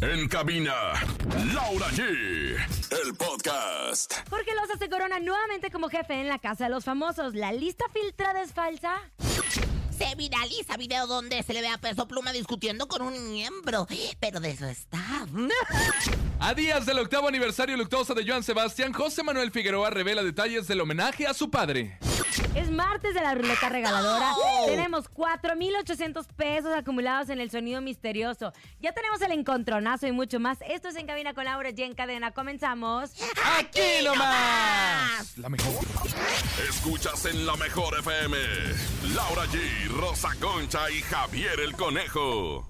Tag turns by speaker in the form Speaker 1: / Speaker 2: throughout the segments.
Speaker 1: En cabina, Laura G. El podcast.
Speaker 2: Jorge Loza se corona nuevamente como jefe en la Casa de los Famosos. ¿La lista filtrada es falsa?
Speaker 3: Se viraliza video donde se le ve a Peso Pluma discutiendo con un miembro, pero de eso está.
Speaker 4: A días del octavo aniversario luctuoso de Joan Sebastián, José Manuel Figueroa revela detalles del homenaje a su padre.
Speaker 2: Es martes de la ruleta regaladora. Tenemos 4,800 pesos acumulados en el sonido misterioso. Ya tenemos el encontronazo y mucho más. Esto es En Cabina con Laura y en cadena. Comenzamos.
Speaker 4: ¡Aquí nomás! La mejor.
Speaker 1: Escuchas en la mejor FM. Laura G, Rosa Concha y Javier el Conejo.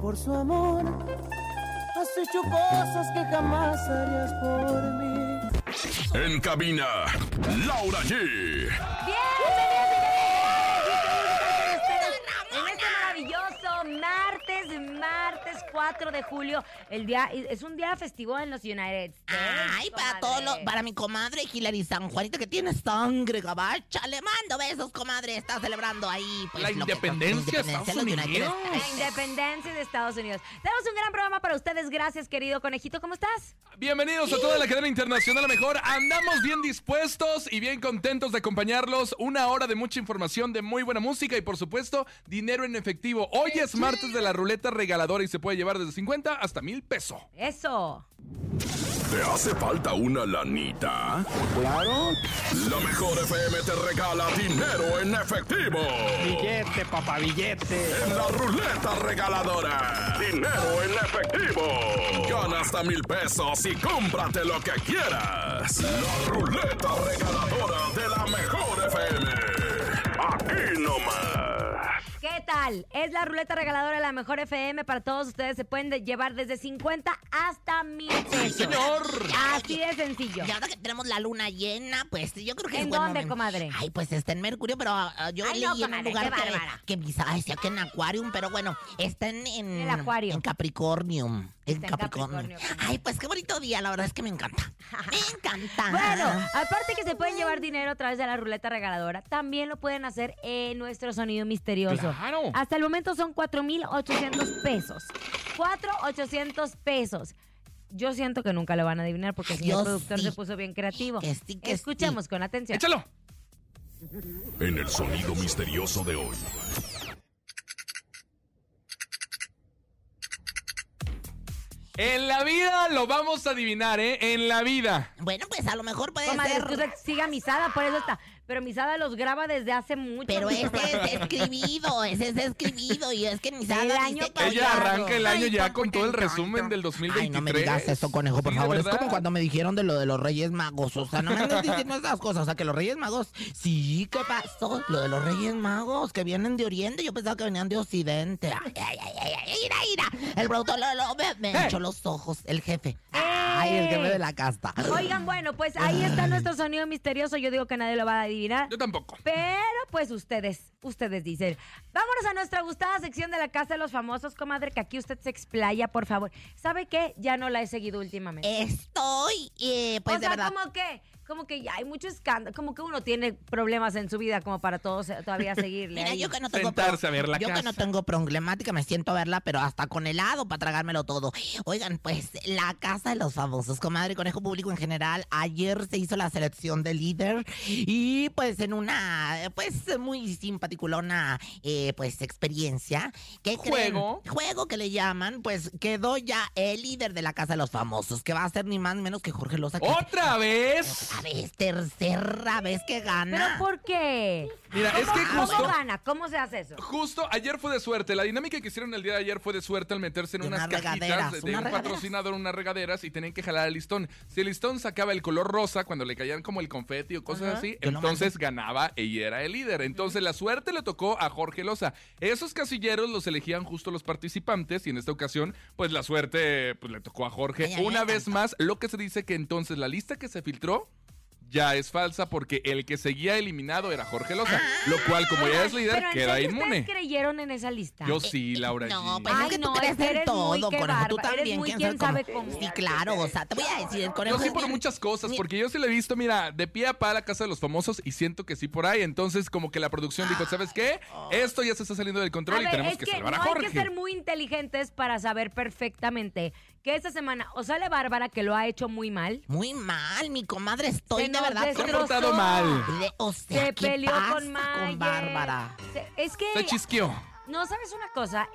Speaker 5: Por su amor, has hecho cosas que jamás harías por mí.
Speaker 1: En cabina, Laura G.
Speaker 2: ¡Bienvenidos, señores! En este maravilloso martes, martes 4 de julio, el día es un día festivo en los United States.
Speaker 3: Ay, para todo lo-
Speaker 2: comadre.
Speaker 3: para mi comadre Hilary San Juanita que tiene sangre gabacha, le mando besos, comadre, está celebrando ahí pues,
Speaker 4: La
Speaker 3: lo que-
Speaker 4: independencia de Estados
Speaker 3: los United
Speaker 4: Unidos.
Speaker 2: La
Speaker 3: States.
Speaker 2: independencia de Estados Unidos. Tenemos un gran programa para ustedes. Gracias, querido conejito. ¿Cómo estás?
Speaker 4: Bienvenidos a toda la cadena internacional, la mejor. Andamos bien dispuestos y bien contentos de acompañarlos. Una hora de mucha información, de muy buena música y, por supuesto, dinero en efectivo. Hoy es martes de la ruleta regaladora y se puede llevar desde 50 hasta mil pesos.
Speaker 2: Eso.
Speaker 1: ¿Te hace falta una lanita?
Speaker 6: Claro,
Speaker 1: La mejor FM te regala dinero en efectivo.
Speaker 6: billete, papá, billete.
Speaker 1: En la ruleta regaladora. Dinero en efectivo. Gana hasta mil pesos y cómprate lo que quieras. La ruleta regaladora de la mejor FM. Aquí nomás.
Speaker 2: ¿Qué tal? Es la ruleta regaladora de la mejor FM para todos ustedes. Se pueden de- llevar desde 50 hasta 1000 pesos.
Speaker 4: señor.
Speaker 2: Así de sencillo.
Speaker 3: Y ahora que tenemos la luna llena, pues yo creo que
Speaker 2: ¿En
Speaker 3: es buen
Speaker 2: dónde,
Speaker 3: momento.
Speaker 2: comadre?
Speaker 3: Ay, pues está en Mercurio, pero ah, yo
Speaker 2: Ay,
Speaker 3: leí
Speaker 2: no,
Speaker 3: en un
Speaker 2: comadre,
Speaker 3: lugar
Speaker 2: qué
Speaker 3: que,
Speaker 2: bárbara.
Speaker 3: que mis- ay, decía que en Acuarium, pero bueno, está en, en
Speaker 2: El Acuario.
Speaker 3: En Capricornium. En
Speaker 2: Está en
Speaker 3: Capricornio.
Speaker 2: Capricornio, comadre.
Speaker 3: Ay, pues qué bonito día, la verdad es que me encanta. Me encanta.
Speaker 2: Bueno, aparte que se pueden llevar dinero a través de la ruleta regaladora, también lo pueden hacer en nuestro sonido misterioso.
Speaker 4: Claro.
Speaker 2: Hasta el momento son 4.800 pesos. 4.800 pesos. Yo siento que nunca lo van a adivinar porque el señor
Speaker 3: Yo
Speaker 2: productor
Speaker 3: sí.
Speaker 2: se puso bien creativo.
Speaker 3: Que sí, que
Speaker 2: Escuchemos con atención.
Speaker 4: ¡Échalo!
Speaker 1: En el sonido misterioso de hoy.
Speaker 4: En la vida lo vamos a adivinar, ¿eh? En la vida.
Speaker 3: Bueno, pues a lo mejor puede
Speaker 2: Comadre,
Speaker 3: ser.
Speaker 2: tú se- siga Misada, por eso está. Pero Misada los graba desde hace mucho
Speaker 3: Pero
Speaker 2: tiempo.
Speaker 3: ese es escribido, ese es escribido. Y es que ni
Speaker 2: El
Speaker 3: Sada
Speaker 2: año
Speaker 3: dice que
Speaker 4: Ella
Speaker 2: Claro.
Speaker 4: arranca el año
Speaker 2: Ay,
Speaker 4: ya
Speaker 2: tan
Speaker 4: con todo el
Speaker 2: contento.
Speaker 4: resumen del 2023.
Speaker 3: Ay, no me digas eso, conejo, por
Speaker 4: Sí, de
Speaker 3: favor. Es
Speaker 4: verdad.
Speaker 3: como cuando me dijeron de lo de los Reyes Magos. O sea, no me andes diciendo esas cosas. O sea, que los Reyes Magos. Sí, ¿qué pasó? Lo de los Reyes Magos que vienen de Oriente. Yo pensaba que venían de Occidente. Ay, ay, ay, ay, ay, ira, ira. El productor lo, lo- me, me
Speaker 4: ¡Eh!
Speaker 3: echó los ojos. El jefe. Ay, el jefe de la casta.
Speaker 2: ¡Eh! Oigan, bueno, pues ahí está nuestro sonido misterioso. Yo digo que nadie lo va a adivinar.
Speaker 4: Yo tampoco.
Speaker 2: Pero pues ustedes, ustedes dicen. Vámonos a nuestra gustada sección de la Casa de los Famosos, comadre, que aquí usted se explaya, por favor. ¿Sabe qué? Ya no la he seguido últimamente.
Speaker 3: Estoy, eh, pues
Speaker 2: o
Speaker 3: de
Speaker 2: sea,
Speaker 3: verdad.
Speaker 2: como que, como que ya hay mucho escándalo, como que uno tiene problemas en su vida como para todos eh, todavía seguirle.
Speaker 3: Mira,
Speaker 2: ahí.
Speaker 3: yo que no tengo
Speaker 4: Sentarse a ver la
Speaker 3: yo que no
Speaker 4: casa.
Speaker 3: tengo problemática, me siento a verla, pero hasta con helado para tragármelo todo. Oigan, pues la casa de los famosos, comadre y conejo público en general, ayer se hizo la selección de líder y pues en una eh, pues muy simpaticulona eh, pues experiencia, ¿qué creen?
Speaker 4: Juego.
Speaker 3: Juego que le llaman, pues quedó ya el líder de la casa de los famosos, que va a ser ni más ni menos que Jorge Loza.
Speaker 2: Oh.
Speaker 3: que-
Speaker 4: ¡Otra vez!
Speaker 3: A ver, tercera vez que gana.
Speaker 2: Pero ¿por qué?
Speaker 4: Mira, es que
Speaker 2: ¿Cómo-
Speaker 4: justo.
Speaker 2: ¿Cómo gana? ¿Cómo se hace eso?
Speaker 4: Justo ayer fue de suerte. La dinámica que hicieron el día de ayer fue de suerte al meterse en
Speaker 3: De
Speaker 4: unas
Speaker 3: unas
Speaker 4: cajitas
Speaker 3: regaderas,
Speaker 4: de, de
Speaker 3: unas
Speaker 4: un
Speaker 3: regaderas.
Speaker 4: patrocinador, unas regaderas y tenían que jalar el listón. Si el listón sacaba el color rosa cuando le caían como el confeti o cosas así,
Speaker 3: Yo no
Speaker 4: entonces ganaba y era el líder. Entonces la suerte le tocó a Jorge Loza. Esos casilleros los elegían justo los participantes y en esta ocasión, pues la suerte pues, le tocó a Jorge
Speaker 3: Ay, a mí me
Speaker 4: una vez
Speaker 3: encantó.
Speaker 4: más. Lo que se dice que entonces la lista que se filtró ya es falsa porque el que seguía eliminado era Jorge Loza,
Speaker 3: Ah,
Speaker 4: lo cual como ya Pues, es líder
Speaker 2: Pero, ¿en
Speaker 4: queda
Speaker 2: serio ustedes
Speaker 4: inmune.
Speaker 2: creyeron en esa lista?
Speaker 4: Yo sí, Laura.
Speaker 3: No,
Speaker 4: G.
Speaker 3: pues
Speaker 2: Ay,
Speaker 3: es que
Speaker 2: Eh, no,
Speaker 3: tú crees
Speaker 2: es que
Speaker 3: en
Speaker 2: eres muy
Speaker 3: todo,
Speaker 2: que
Speaker 3: conejo. Tú
Speaker 2: bárbara, eres
Speaker 3: también,
Speaker 2: muy
Speaker 3: quién
Speaker 2: quién
Speaker 3: sabe
Speaker 2: sabe
Speaker 3: cómo.
Speaker 2: cómo.
Speaker 3: Sí, claro, o sea, te voy a decir, el conejo.
Speaker 4: Yo sí
Speaker 3: es
Speaker 4: por
Speaker 3: bien-
Speaker 4: muchas cosas,
Speaker 3: mi-
Speaker 4: porque yo sí le he visto, mira, de pie a pa la casa de los famosos y siento que sí por ahí. Entonces, como que la producción dijo, ¿sabes qué? Esto ya se está saliendo del
Speaker 2: Ah. A
Speaker 4: control y
Speaker 2: ver,
Speaker 4: tenemos
Speaker 2: es
Speaker 4: que,
Speaker 2: que no
Speaker 4: salvar a
Speaker 2: hay que
Speaker 4: Jorge.
Speaker 2: ser muy inteligentes para saber perfectamente que esta semana o sale Bárbara, que lo ha hecho muy mal.
Speaker 3: Muy mal, mi comadre, estoy
Speaker 2: se
Speaker 3: de
Speaker 2: nos
Speaker 3: verdad.
Speaker 4: Se ha
Speaker 2: destrozó.
Speaker 4: portado mal.
Speaker 3: Le- o sea,
Speaker 2: Se
Speaker 3: ¿qué
Speaker 2: peleó
Speaker 3: pasa
Speaker 2: con Mayer.
Speaker 3: con Bárbara.
Speaker 2: Se- Es que,
Speaker 4: Se chisqueó.
Speaker 2: no, ¿sabes una cosa?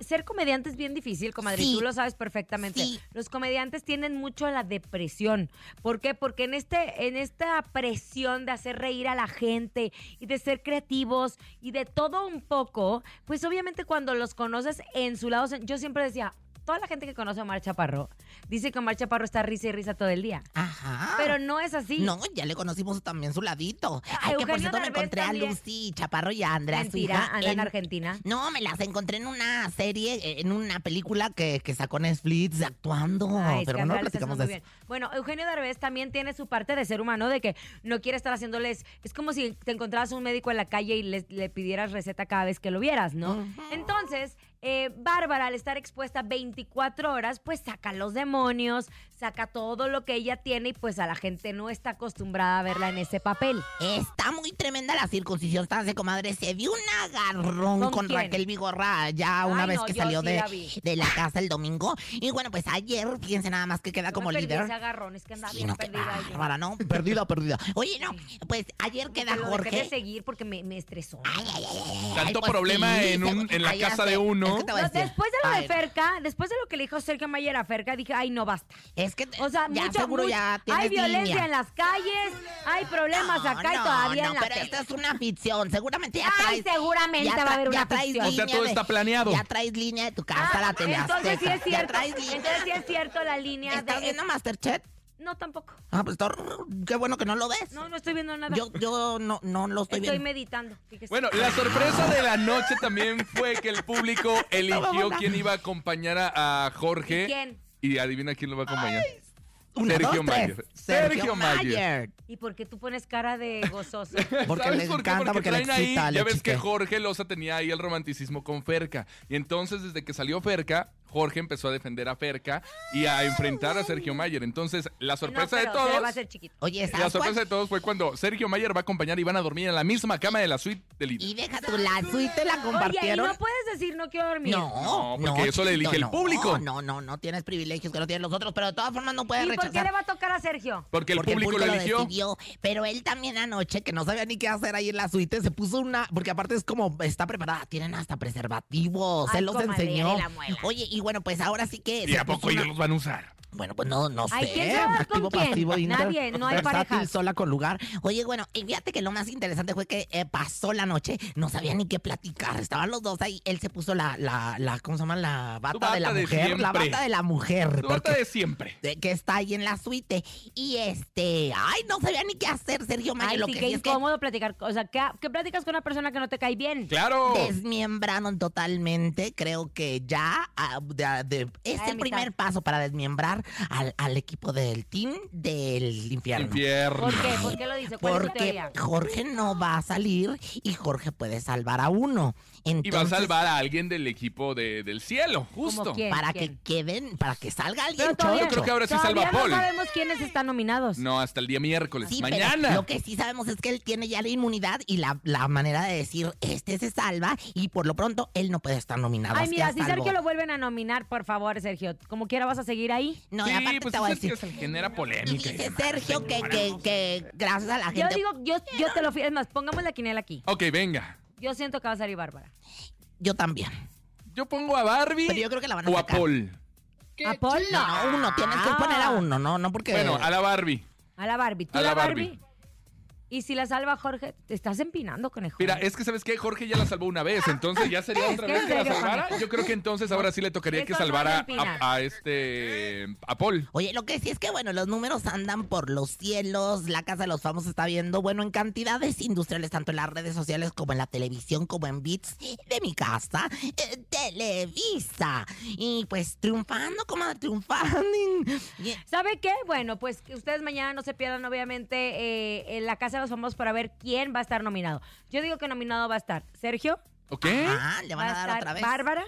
Speaker 2: Ser comediante es bien difícil, comadre, y
Speaker 3: Sí.
Speaker 2: tú lo sabes perfectamente.
Speaker 3: Sí.
Speaker 2: Los comediantes tienden mucho a la depresión. ¿Por qué? Porque en, este, en esta presión de hacer reír a la gente y de ser creativos y de todo un poco, pues obviamente cuando los conoces en su lado, yo siempre decía, toda la gente que conoce a Omar Chaparro dice que Omar Chaparro está risa y risa todo el día.
Speaker 3: Ajá.
Speaker 2: Pero no es así.
Speaker 3: Ah. No, ya le conocimos también su ladito. Ay, que por
Speaker 2: Eugenio
Speaker 3: cierto me
Speaker 2: Derbez
Speaker 3: encontré
Speaker 2: también.
Speaker 3: a Lucy, Chaparro y a Andrea, su
Speaker 2: Mentira,
Speaker 3: hija,
Speaker 2: anda en
Speaker 3: en-
Speaker 2: Argentina.
Speaker 3: No, me las encontré en una serie, eh, en una película que, que sacó Netflix actuando.
Speaker 2: Ay, es
Speaker 3: pero
Speaker 2: que
Speaker 3: no
Speaker 2: Andrea
Speaker 3: lo
Speaker 2: le está
Speaker 3: platicamos
Speaker 2: haciendo muy
Speaker 3: de eso.
Speaker 2: bien. Bueno, Eugenio Derbez también tiene su parte de ser humano, de que no quiere estar haciéndoles... Es como si te encontraras un médico en la calle y les- le, pidieras receta cada vez que lo vieras, ¿no? Entonces, eh, Bárbara, al estar expuesta 24 horas, pues saca los demonios, saca todo lo que ella tiene y pues a la gente no está acostumbrada a verla en ese papel.
Speaker 3: Está muy tremenda la circuncisión, de comadre. Se vio un agarrón
Speaker 2: ¿Con
Speaker 3: con,
Speaker 2: quién?
Speaker 3: Raquel Vigorra ya una
Speaker 2: Ay,
Speaker 3: vez
Speaker 2: no,
Speaker 3: que
Speaker 2: yo
Speaker 3: salió
Speaker 2: sí
Speaker 3: de,
Speaker 2: la vi.
Speaker 3: de la casa el domingo. Y bueno, pues ayer, fíjense nada más que
Speaker 2: Yo
Speaker 3: queda Ah, como
Speaker 2: me perdí
Speaker 3: líder.
Speaker 2: ese agarrón, es que andaba
Speaker 3: Sí,
Speaker 2: bien
Speaker 3: no, qué
Speaker 2: perdida. yo.
Speaker 3: bárbara, ¿no? Perdida, perdida. Oye, no, pues ayer
Speaker 2: Como que
Speaker 3: queda
Speaker 2: lo dejé de
Speaker 3: Jorge. Ah,
Speaker 2: seguir porque me, me estresó.
Speaker 3: Ay, ay, ay, ay, pues ay,
Speaker 4: Tanto problema en un- en la
Speaker 3: ya
Speaker 4: casa de
Speaker 3: sé.
Speaker 4: uno.
Speaker 3: Es que te voy a
Speaker 2: No,
Speaker 3: decir.
Speaker 2: después de lo
Speaker 3: A
Speaker 2: de
Speaker 3: ver,
Speaker 2: Ferca, después de lo que le dijo Sergio Mayer a Ferca, dije, ay, no basta.
Speaker 3: Es que
Speaker 2: O sea,
Speaker 3: ya
Speaker 2: mucho,
Speaker 3: seguro
Speaker 2: mucho-
Speaker 3: ya tienes
Speaker 2: hay violencia
Speaker 3: línea.
Speaker 2: en las calles, hay problemas
Speaker 3: No,
Speaker 2: acá y
Speaker 3: no,
Speaker 2: todavía
Speaker 3: no,
Speaker 2: en la
Speaker 3: pero
Speaker 2: tele.
Speaker 3: esta es una ficción. Seguramente ya
Speaker 2: Ay,
Speaker 3: traes.
Speaker 2: seguramente
Speaker 3: ya
Speaker 2: va a haber
Speaker 3: ya
Speaker 2: una
Speaker 3: traes
Speaker 2: ficción.
Speaker 4: O sea,
Speaker 3: línea
Speaker 4: todo
Speaker 3: de-
Speaker 4: está planeado.
Speaker 3: Ya traes línea de tu casa a
Speaker 2: Ah,
Speaker 3: la tele
Speaker 2: entonces sí
Speaker 3: Azteca.
Speaker 2: es cierto.
Speaker 3: Ya traes línea.
Speaker 2: Entonces sí es cierto la línea
Speaker 3: ¿Estás
Speaker 2: de
Speaker 3: viendo Masterchef?
Speaker 2: No tampoco.
Speaker 3: Ah, pues tor- qué bueno que no lo ves.
Speaker 2: No, no estoy viendo nada.
Speaker 3: yo yo no, no lo estoy,
Speaker 2: estoy
Speaker 3: viendo.
Speaker 2: meditando. fíjese.
Speaker 4: Bueno, la sorpresa de la noche también fue que el público eligió quién iba a acompañar a, a Jorge.
Speaker 2: ¿Y quién?
Speaker 4: Y adivina quién lo va a acompañar.
Speaker 3: Una,
Speaker 4: Sergio
Speaker 3: dos, tres.
Speaker 4: Mayer. Sergio
Speaker 3: Sergio
Speaker 4: Mayer.
Speaker 3: Mayer.
Speaker 2: ¿Y por qué tú pones cara de gozoso?
Speaker 3: Porque
Speaker 4: ¿Sabes
Speaker 3: le
Speaker 4: por qué?
Speaker 3: encanta, porque le
Speaker 4: traen ahí,
Speaker 3: excita, le
Speaker 4: Ya ves que
Speaker 3: chisquea.
Speaker 4: Jorge Loza tenía ahí el romanticismo con Ferca. Y entonces, desde que salió Ferca, Jorge empezó a defender a Ferca y a enfrentar a Sergio Mayer. Entonces, la
Speaker 2: no,
Speaker 4: sorpresa de
Speaker 2: pero se le va a
Speaker 4: todos.
Speaker 2: hacer chiquito.
Speaker 3: Oye,
Speaker 4: La
Speaker 3: ¿sabes cuál?
Speaker 4: sorpresa de todos fue cuando Sergio Mayer va a acompañar y van a dormir en la misma cama de la suite del líder.
Speaker 3: Y deja tu la suite la
Speaker 2: Oye, y
Speaker 3: compartieron.
Speaker 2: no puedes decir no quiero dormir.
Speaker 3: No,
Speaker 4: No, porque eso le
Speaker 3: chiquito,
Speaker 4: elige el
Speaker 3: no.
Speaker 4: público.
Speaker 3: No, no, no tienes privilegios que no tienen los otros, pero de todas formas no puedes
Speaker 2: ¿Y por qué
Speaker 3: rechazar.
Speaker 2: le va a tocar a Sergio?
Speaker 4: Porque el
Speaker 3: porque
Speaker 4: público lo eligió.
Speaker 3: decidió. Pero él también anoche, que no sabía ni qué hacer ahí en la suite, se puso una. Porque aparte es como, está preparada, tienen hasta preservativos,
Speaker 2: Ay,
Speaker 3: él los
Speaker 2: comadre,
Speaker 3: enseñó.
Speaker 2: de la muela.
Speaker 3: Oye, y bueno, pues ahora sí que.
Speaker 4: ¿Y
Speaker 3: se
Speaker 4: a
Speaker 3: puso
Speaker 4: poco ellos
Speaker 3: una-
Speaker 4: los van a usar?
Speaker 3: Bueno, pues no, no sé.
Speaker 2: Ay, ¿quién se va a ver con
Speaker 3: Activo,
Speaker 2: quién?
Speaker 3: pasivo, inter,
Speaker 2: Nadie, no hay
Speaker 3: versátil,
Speaker 2: parejas.
Speaker 3: sola con lugar. Oye, bueno, y fíjate que lo más interesante fue que eh, pasó la noche, no sabía ni qué platicar. Estaban los dos ahí, él se puso la, la, la ¿cómo se llama? La bata,
Speaker 4: bata
Speaker 3: de la
Speaker 4: de
Speaker 3: mujer. la
Speaker 4: siempre.
Speaker 3: bata de la mujer.
Speaker 4: Lo
Speaker 3: porque-
Speaker 4: de siempre.
Speaker 3: de- que está ahí en la suite. Y este, ay, no sabía ni qué hacer, Sergio Mayer.
Speaker 2: Ay,
Speaker 3: lo
Speaker 2: sí,
Speaker 3: que
Speaker 2: qué
Speaker 3: sí es que
Speaker 2: incómodo platicar. O sea, ¿qué, qué platicas con una persona que no te cae bien?
Speaker 4: ¡Claro!
Speaker 3: desmembraron totalmente. Creo que ya ah, de- de- es
Speaker 2: Ay,
Speaker 3: el
Speaker 2: mitad.
Speaker 3: primer paso para desmembrar al, al equipo del team del infierno.
Speaker 4: Infierno.
Speaker 2: ¿Por qué? ¿Por qué lo dice? ¿Cuál es tu
Speaker 3: Porque
Speaker 2: teoría?
Speaker 3: Jorge no va a salir y Jorge puede salvar a uno. Entonces,
Speaker 4: Y va a salvar a alguien del equipo de- del cielo, justo.
Speaker 2: quién?
Speaker 3: Para
Speaker 2: ¿Quién?
Speaker 3: que queden, para que salga
Speaker 2: Pero
Speaker 3: alguien
Speaker 2: todavía-
Speaker 3: choncho.
Speaker 4: creo que ahora sí
Speaker 2: todavía
Speaker 4: salva a Paul.
Speaker 2: No sabemos quiénes están nominados.
Speaker 4: No, hasta el día miércoles.
Speaker 3: Sí, pero
Speaker 4: Pues Mañana.
Speaker 3: lo que sí sabemos es que él tiene ya la inmunidad y la, la manera de decir, este se salva y por lo pronto él no puede estar nominado.
Speaker 2: Ay,
Speaker 3: así
Speaker 2: mira,
Speaker 3: a
Speaker 2: si
Speaker 3: salvo.
Speaker 2: Sergio lo vuelven a nominar, por favor, Sergio. Como quiera, vas a seguir ahí.
Speaker 3: No, y
Speaker 4: sí,
Speaker 3: aparte
Speaker 4: pues
Speaker 3: te voy a
Speaker 4: es el
Speaker 3: decir...
Speaker 4: que se genera
Speaker 3: Y
Speaker 4: polémica.
Speaker 3: dice Sergio que, que, que gracias a la
Speaker 2: Yo
Speaker 3: gente...
Speaker 2: digo, yo, yo te lo fío. Es más, pongamos la quiniela aquí.
Speaker 4: Ok, venga.
Speaker 2: Yo siento que va a salir Bárbara.
Speaker 3: yo también.
Speaker 4: Yo pongo a Barbie
Speaker 3: Pero yo creo que la van a
Speaker 4: o a
Speaker 3: sacar.
Speaker 4: Paul.
Speaker 2: ¿A Ah. Paul?
Speaker 3: No, uno, tienes que poner a uno, no, no porque...
Speaker 4: Bueno, a la Barbie.
Speaker 2: A la Barbie. ¿Tú
Speaker 4: A
Speaker 2: la
Speaker 4: la
Speaker 2: Barbie?
Speaker 4: Barbie.
Speaker 2: Y si la salva Jorge, te estás empinando, conejo.
Speaker 4: Mira, es que sabes que Jorge ya la salvó una vez, entonces ya sería
Speaker 2: Es
Speaker 4: otra
Speaker 2: que
Speaker 4: vez
Speaker 2: en
Speaker 4: que la
Speaker 2: serio,
Speaker 4: salvara.
Speaker 2: Juanito.
Speaker 4: Yo creo que entonces ahora sí le tocaría
Speaker 2: ¿Qué
Speaker 4: que
Speaker 2: cosa
Speaker 4: salvara
Speaker 2: le opinas?
Speaker 4: a, a este a Paul.
Speaker 3: Oye, lo que sí es que, bueno, los números andan por los cielos. La Casa de los Famosos está viendo, bueno, en cantidades industriales, tanto en las redes sociales como en la televisión, como en bits de mi casa, eh, Televisa. Y pues triunfando, como triunfando. Y-
Speaker 2: ¿Sabe qué? Bueno, pues que ustedes mañana no se pierdan, obviamente, eh, en la Casa de los Famosos para ver quién va a estar nominado. Yo digo que nominado va a estar Sergio,
Speaker 4: ¿Ok?
Speaker 3: Ah, le van
Speaker 2: va
Speaker 3: a
Speaker 2: a
Speaker 3: dar
Speaker 2: estar
Speaker 3: otra vez.
Speaker 2: Bárbara,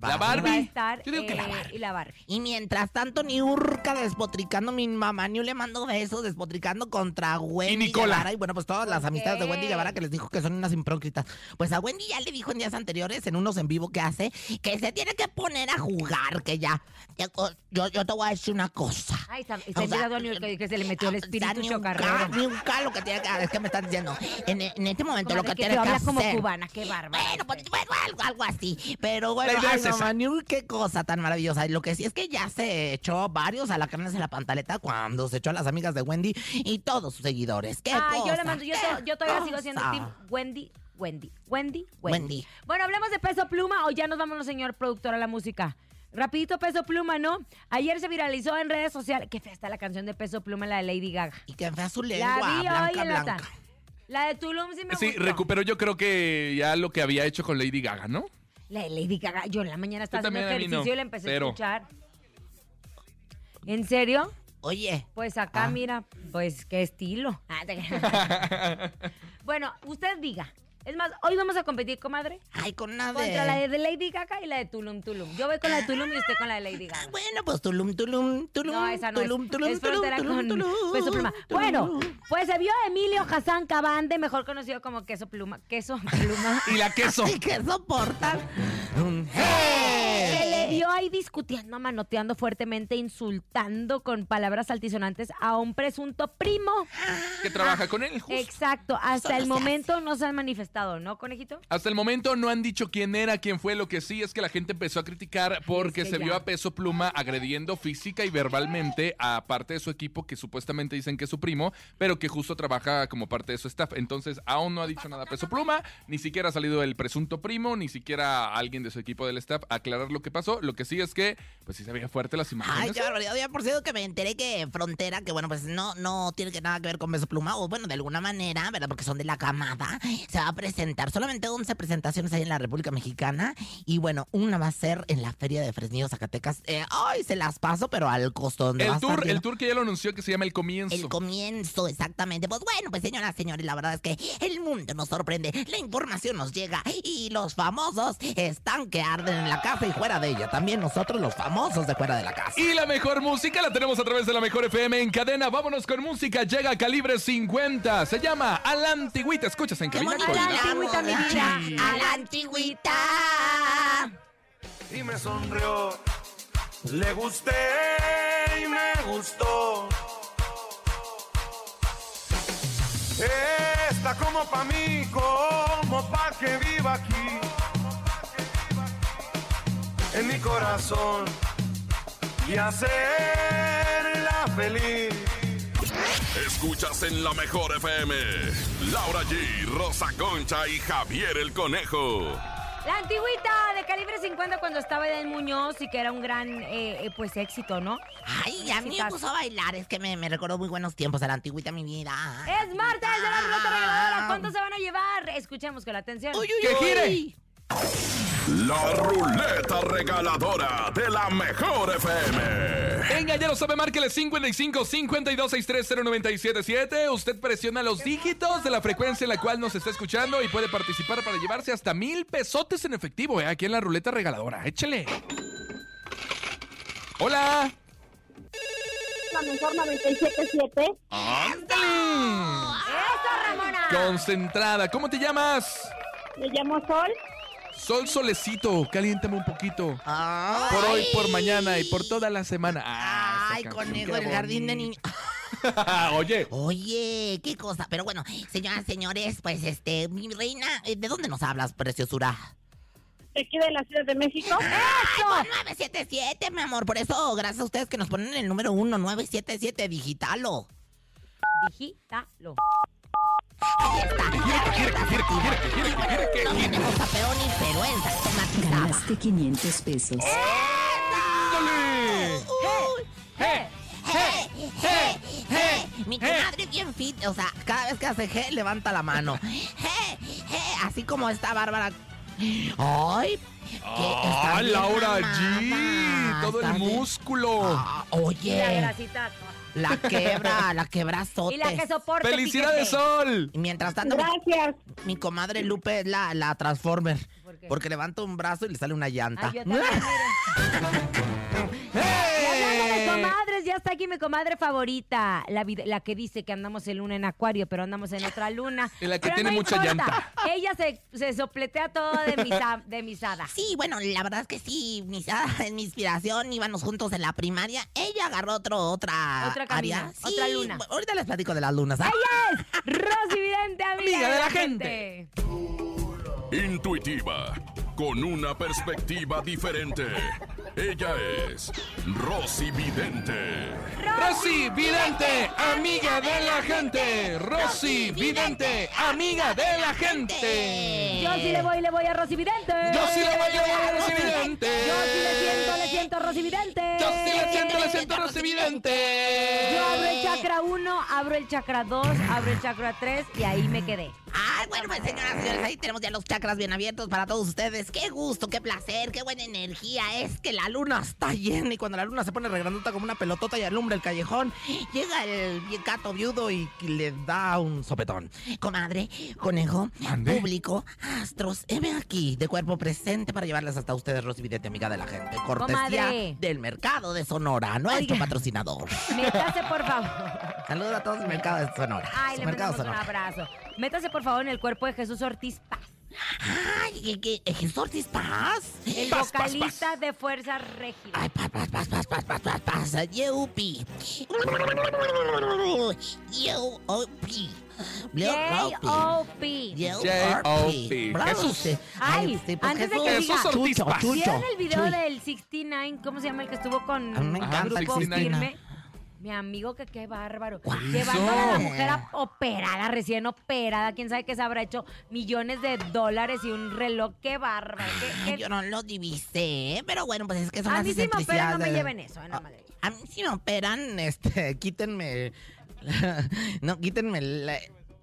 Speaker 4: La Barbie.
Speaker 2: va a estar
Speaker 4: Yo digo que la
Speaker 2: eh,
Speaker 4: Barbie.
Speaker 2: y la Barbie.
Speaker 3: Y mientras tanto, Niurka despotricando mi mamá, Niu le mando besos, despotricando contra Wendy
Speaker 4: Nicola.
Speaker 3: Guevara. Y bueno, pues todas las
Speaker 2: Ok.
Speaker 3: amistades de Wendy Guevara que les dijo que son unas imprócritas. Pues a Wendy ya le dijo en días anteriores, en unos en vivo que hace, que se tiene que poner a jugar, que ya. ya co- Yo, yo te voy a decir una cosa.
Speaker 2: Ahí está, está
Speaker 3: O sea,
Speaker 2: invitado a New York, que se le metió el
Speaker 3: o sea,
Speaker 2: espíritu
Speaker 3: Niurka,
Speaker 2: chocarrero.
Speaker 3: Niurka lo que tiene que es que me están diciendo. En, en este momento
Speaker 2: Comadre,
Speaker 3: lo que,
Speaker 2: que
Speaker 3: tiene
Speaker 2: te
Speaker 3: que
Speaker 2: habla
Speaker 3: hacer.
Speaker 2: como cubana, qué bárbaro.
Speaker 3: Bueno, pues, bueno, algo, algo así. Pero bueno,
Speaker 4: La idea
Speaker 3: ay,
Speaker 4: es
Speaker 3: no,
Speaker 4: esa.
Speaker 3: Manu, qué cosa tan maravillosa. Y Lo que sí es que ya se echó varios a la carne en la pantaleta cuando se echó a las amigas de Wendy y todos sus seguidores. ¿Qué
Speaker 2: Ay, yo
Speaker 3: cosa,
Speaker 2: le mando, yo,
Speaker 3: qué
Speaker 2: to- yo todavía sigo siendo
Speaker 3: cosa.
Speaker 2: team Wendy, Wendy, Wendy, Wendy.
Speaker 3: Ah. Wendy.
Speaker 2: Bueno, hablemos de peso pluma o ya nos vamos, señor productor, a la música. Rapidito peso pluma, ¿no? Ayer se viralizó en redes sociales. Qué fea está la canción de peso pluma, la de Lady Gaga.
Speaker 3: Y que fea su lengua,
Speaker 2: La vi hoy
Speaker 3: blanca,
Speaker 2: en la
Speaker 3: blanca.
Speaker 2: tarde. La de Tulum sí me
Speaker 4: Sí,
Speaker 2: gustó.
Speaker 4: recuperó yo creo que ya lo que había hecho con Lady Gaga, ¿no?
Speaker 2: La de Lady Gaga. Yo en la mañana estaba
Speaker 4: Yo
Speaker 2: haciendo
Speaker 4: también, a mí
Speaker 2: ejercicio
Speaker 4: no,
Speaker 2: y la empecé
Speaker 4: cero.
Speaker 2: a escuchar. ¿En serio?
Speaker 3: Oye,
Speaker 2: Pues acá,
Speaker 3: Ah.
Speaker 2: mira, pues qué estilo. Ah, te- bueno, usted diga. Es más, hoy vamos a competir, comadre.
Speaker 3: ay, con nada
Speaker 2: Contra la de Lady Gaga y la de Tulum Tulum. Yo voy con la de Tulum y usted con la de Lady
Speaker 3: Ah,
Speaker 2: Gaga.
Speaker 3: bueno, pues tulum, tulum, tulum,
Speaker 2: No, esa no
Speaker 3: tulum,
Speaker 2: es.
Speaker 3: tulum,
Speaker 2: es
Speaker 3: tulum,
Speaker 2: frontera
Speaker 3: tulum,
Speaker 2: con
Speaker 3: tulum,
Speaker 2: Peso Pluma.
Speaker 3: tulum.
Speaker 2: Bueno, pues se vio a Emilio Hassan Cabande, mejor conocido como Queso Pluma. Queso Pluma.
Speaker 4: Y la queso.
Speaker 3: Ay, que soportan.
Speaker 2: Se le vio ahí discutiendo, manoteando fuertemente, insultando con palabras altisonantes a un presunto primo.
Speaker 4: que trabaja con él. justo.
Speaker 2: Exacto. Hasta
Speaker 3: no
Speaker 2: el
Speaker 3: se
Speaker 2: momento no se han manifestado, ¿no, conejito?
Speaker 4: Hasta el momento no han dicho quién era, quién fue, lo que sí es que la gente empezó a criticar porque
Speaker 2: que
Speaker 4: se
Speaker 2: ya.
Speaker 4: vio a Peso Pluma agrediendo física y verbalmente a parte de su equipo que supuestamente dicen que es su primo, pero que justo trabaja como parte de su staff. Entonces aún no ha dicho nada Peso Pluma, ni siquiera ha salido el presunto primo, ni siquiera alguien de su equipo del staff a aclarar lo que pasó. Lo que sí es que, pues sí se veía fuerte las
Speaker 3: Ay,
Speaker 4: imágenes.
Speaker 3: qué barbaridad. Ya por cierto que me enteré que Frontera, que bueno, pues no, no tiene que nada que ver con Beso Pluma, o bueno, de alguna manera, ¿verdad? Porque son de la camada, se va a presentar. Solamente 11 presentaciones hay en la República Mexicana. Y bueno, una va a ser en la Feria de Fresnillo, Zacatecas. Eh, ay, se las paso, pero al costo. donde va a
Speaker 4: el
Speaker 3: estar
Speaker 4: tour, el
Speaker 3: lleno.
Speaker 4: tour que ya lo anunció que se llama El Comienzo.
Speaker 3: El comienzo, exactamente. Pues bueno, pues señoras, señores, la verdad es que el mundo nos sorprende, la información nos llega y los famosos están que arden en la casa y fuera de ella. También nosotros los famosos de fuera de la casa.
Speaker 4: Y la mejor música la tenemos a través de la mejor FM en cadena. Vámonos con música. Llega calibre 50. Se llama A la Antigüita. Escuchas en
Speaker 3: ¡Qué
Speaker 4: cabina
Speaker 3: bonito!
Speaker 4: con la-
Speaker 2: la antigüita, mi vida.
Speaker 3: ¡A la antigüita!
Speaker 7: y me sonrió. Le gusté y me gustó. Está como pa' mí, como pa' que viva aquí. En mi corazón y hacerla feliz.
Speaker 1: Escuchas en la mejor FM. Laura G, Rosa Concha y Javier el Conejo.
Speaker 2: La antigüita de calibre 50 cuando estaba Edel Muñoz y que era un gran, eh, eh, pues, éxito, ¿no?
Speaker 3: Ay, a mí me puso a bailar, es que me, me recordó muy buenos tiempos a la antigüita mi vida.
Speaker 2: Es martes de la pelota regaladora. ¿Cuánto se van a llevar? Escuchemos con atención.
Speaker 4: ¡Que gire!
Speaker 3: uy.
Speaker 1: La ruleta regaladora de la mejor FM.
Speaker 4: Venga, ya lo sabe, márquele 55 52 63 0977. Usted presiona los dígitos de la frecuencia en la cual nos está escuchando y puede participar para llevarse hasta mil pesotes en efectivo, ¿eh? Aquí en la ruleta regaladora. Échale. Hola.
Speaker 8: La mejor 977,
Speaker 4: Mm,
Speaker 2: ¡Eso, Ramona!
Speaker 4: Concentrada. ¿Cómo te llamas?
Speaker 8: me llamo Sol.
Speaker 4: Sol Solecito. Caliéntame un poquito.
Speaker 3: Ay.
Speaker 4: Por hoy, por mañana y por toda la semana. Ah,
Speaker 3: Ay,
Speaker 4: esa canción,
Speaker 3: conejo,
Speaker 4: qué
Speaker 3: el jardín de niños.
Speaker 4: bonita. Oye,
Speaker 3: Oye, qué cosa. Pero bueno, señoras, señores, pues este, mi reina, eh, ¿de dónde nos hablas, preciosura?
Speaker 8: De aquí de la Ciudad de México.
Speaker 9: Ah,
Speaker 3: Ay, por 977, mi amor. Por eso, gracias a ustedes que nos ponen el número 1977, digitalo.
Speaker 2: Digítalo.
Speaker 3: Ahí está. No tenemos a Peoni, pero es automatizada.
Speaker 10: Ganaste 500 pesos.
Speaker 4: ¡Ándale!
Speaker 3: Uy,
Speaker 4: ¡Eh!
Speaker 3: je, je, je. Mi comadre bien fit, o sea, cada vez que hace G levanta la mano. Je, je, así como está Bárbara. ¡Ay! que está
Speaker 4: ¡Ah,
Speaker 3: bien
Speaker 4: Laura
Speaker 3: mamada,
Speaker 4: G! Todo el
Speaker 3: está bien-
Speaker 4: músculo.
Speaker 3: Ah,
Speaker 2: Y la
Speaker 3: oye,
Speaker 2: grasita.
Speaker 3: la quebra, la quebra
Speaker 2: Y la que soporte.
Speaker 4: ¡Felicidades,
Speaker 2: piquete.
Speaker 4: Sol!
Speaker 3: Y mientras tanto, mi,
Speaker 8: Gracias.
Speaker 3: mi comadre Lupe es la, la Transformer.
Speaker 2: ¿Por qué?
Speaker 3: Porque levanta un brazo y le sale una llanta.
Speaker 2: Ay, yo también, miren.
Speaker 4: ¡Eh!
Speaker 2: Y hablando de comadres, ya está aquí mi comadre favorita, la, vid- la que dice que andamos en luna en acuario, pero andamos en otra luna.
Speaker 4: Y la que
Speaker 2: Pero
Speaker 4: tiene
Speaker 2: no
Speaker 4: mucha
Speaker 2: importa,
Speaker 4: llanta.
Speaker 2: Ella se, se sopletea todo de, misa, de misada.
Speaker 3: Sí, bueno, la verdad es que sí, mis, en mi inspiración íbamos juntos en la primaria. Ella agarró otro, otra,
Speaker 2: Otro camino,
Speaker 3: área. Sí,
Speaker 2: otra luna.
Speaker 3: bu- Ahorita les platico de las lunas. ¿ah?
Speaker 2: Ella es Rosy Vidente, amiga,
Speaker 4: Amiga
Speaker 2: de, la, gente.
Speaker 1: Intuitiva, con una perspectiva diferente. Ella es Rosy Vidente.
Speaker 4: Rosy Vidente, amiga de la gente. Rosy Vidente, amiga de la gente.
Speaker 2: Yo sí le voy, le voy a Rosy Vidente.
Speaker 4: Yo sí le voy a llevar a Rosy Vidente.
Speaker 2: Yo sí le siento, le siento a Rosy Vidente.
Speaker 4: Yo sí le siento, le siento a Rosy Vidente.
Speaker 2: Yo abro el chakra 1, abro el chakra 2, abro el chakra 3 y ahí me quedé.
Speaker 3: Ay, bueno, pues señoras y señores, ahí tenemos ya los chakras bien abiertos para todos ustedes. Qué gusto, qué placer, qué buena energía. Es que la luna está llena y cuando la luna se pone regrandota como una pelotota y alumbra el callejón, llega el vie- gato viudo y que le da un sopetón. Comadre, conejo,
Speaker 4: Mande.
Speaker 3: público, astros, heme aquí de cuerpo presente para llevarles hasta ustedes, Rosy Vidente, amiga de la gente. Cortesía
Speaker 2: Comadre.
Speaker 3: del mercado de Sonora, nuestro
Speaker 2: Oiga.
Speaker 3: patrocinador.
Speaker 2: Métase, por favor.
Speaker 3: Saludos a todos el mercado de Sonora.
Speaker 2: Ay, le
Speaker 3: mercado
Speaker 2: mandamos un abrazo. Métase, por favor, en el cuerpo de Jesús Ortiz Paz,
Speaker 3: Ay, ¿qué, qué, Jesús Ortiz Paz.
Speaker 2: el
Speaker 4: Paz, Paz,
Speaker 2: vocalista
Speaker 4: Paz.
Speaker 2: de Fuerza Régida.
Speaker 3: Ay, pas, pas, pas, pas, pas, pas, pas, pas, yupi. Yupi.
Speaker 2: J.O.P.
Speaker 4: J.O.P.. Jesús.
Speaker 2: Ay,
Speaker 3: este,
Speaker 2: antes de que
Speaker 4: Jesús diga- Ortiz Paz.
Speaker 2: ¿Vieron el video del 69? ¿Cómo se llama el que estuvo con
Speaker 3: A mí me
Speaker 4: encanta el
Speaker 2: Bob
Speaker 4: 69.
Speaker 2: Firme? Mi amigo, que qué bárbaro.
Speaker 3: Guau.
Speaker 2: Llevando a la
Speaker 3: Eso.
Speaker 2: mujer a- operada, recién operada. Quién sabe que se habrá hecho millones de dólares y un reloj. Qué bárbaro. qué- qué-
Speaker 3: Yo no lo divisé, pero bueno, pues es que son
Speaker 2: A
Speaker 3: las Ah.
Speaker 2: mí sí me operan, no me
Speaker 3: excentricidades.
Speaker 2: lleven eso. eh, no, madre.
Speaker 3: A mí si me operan, este, quítenme. No, quítenme la,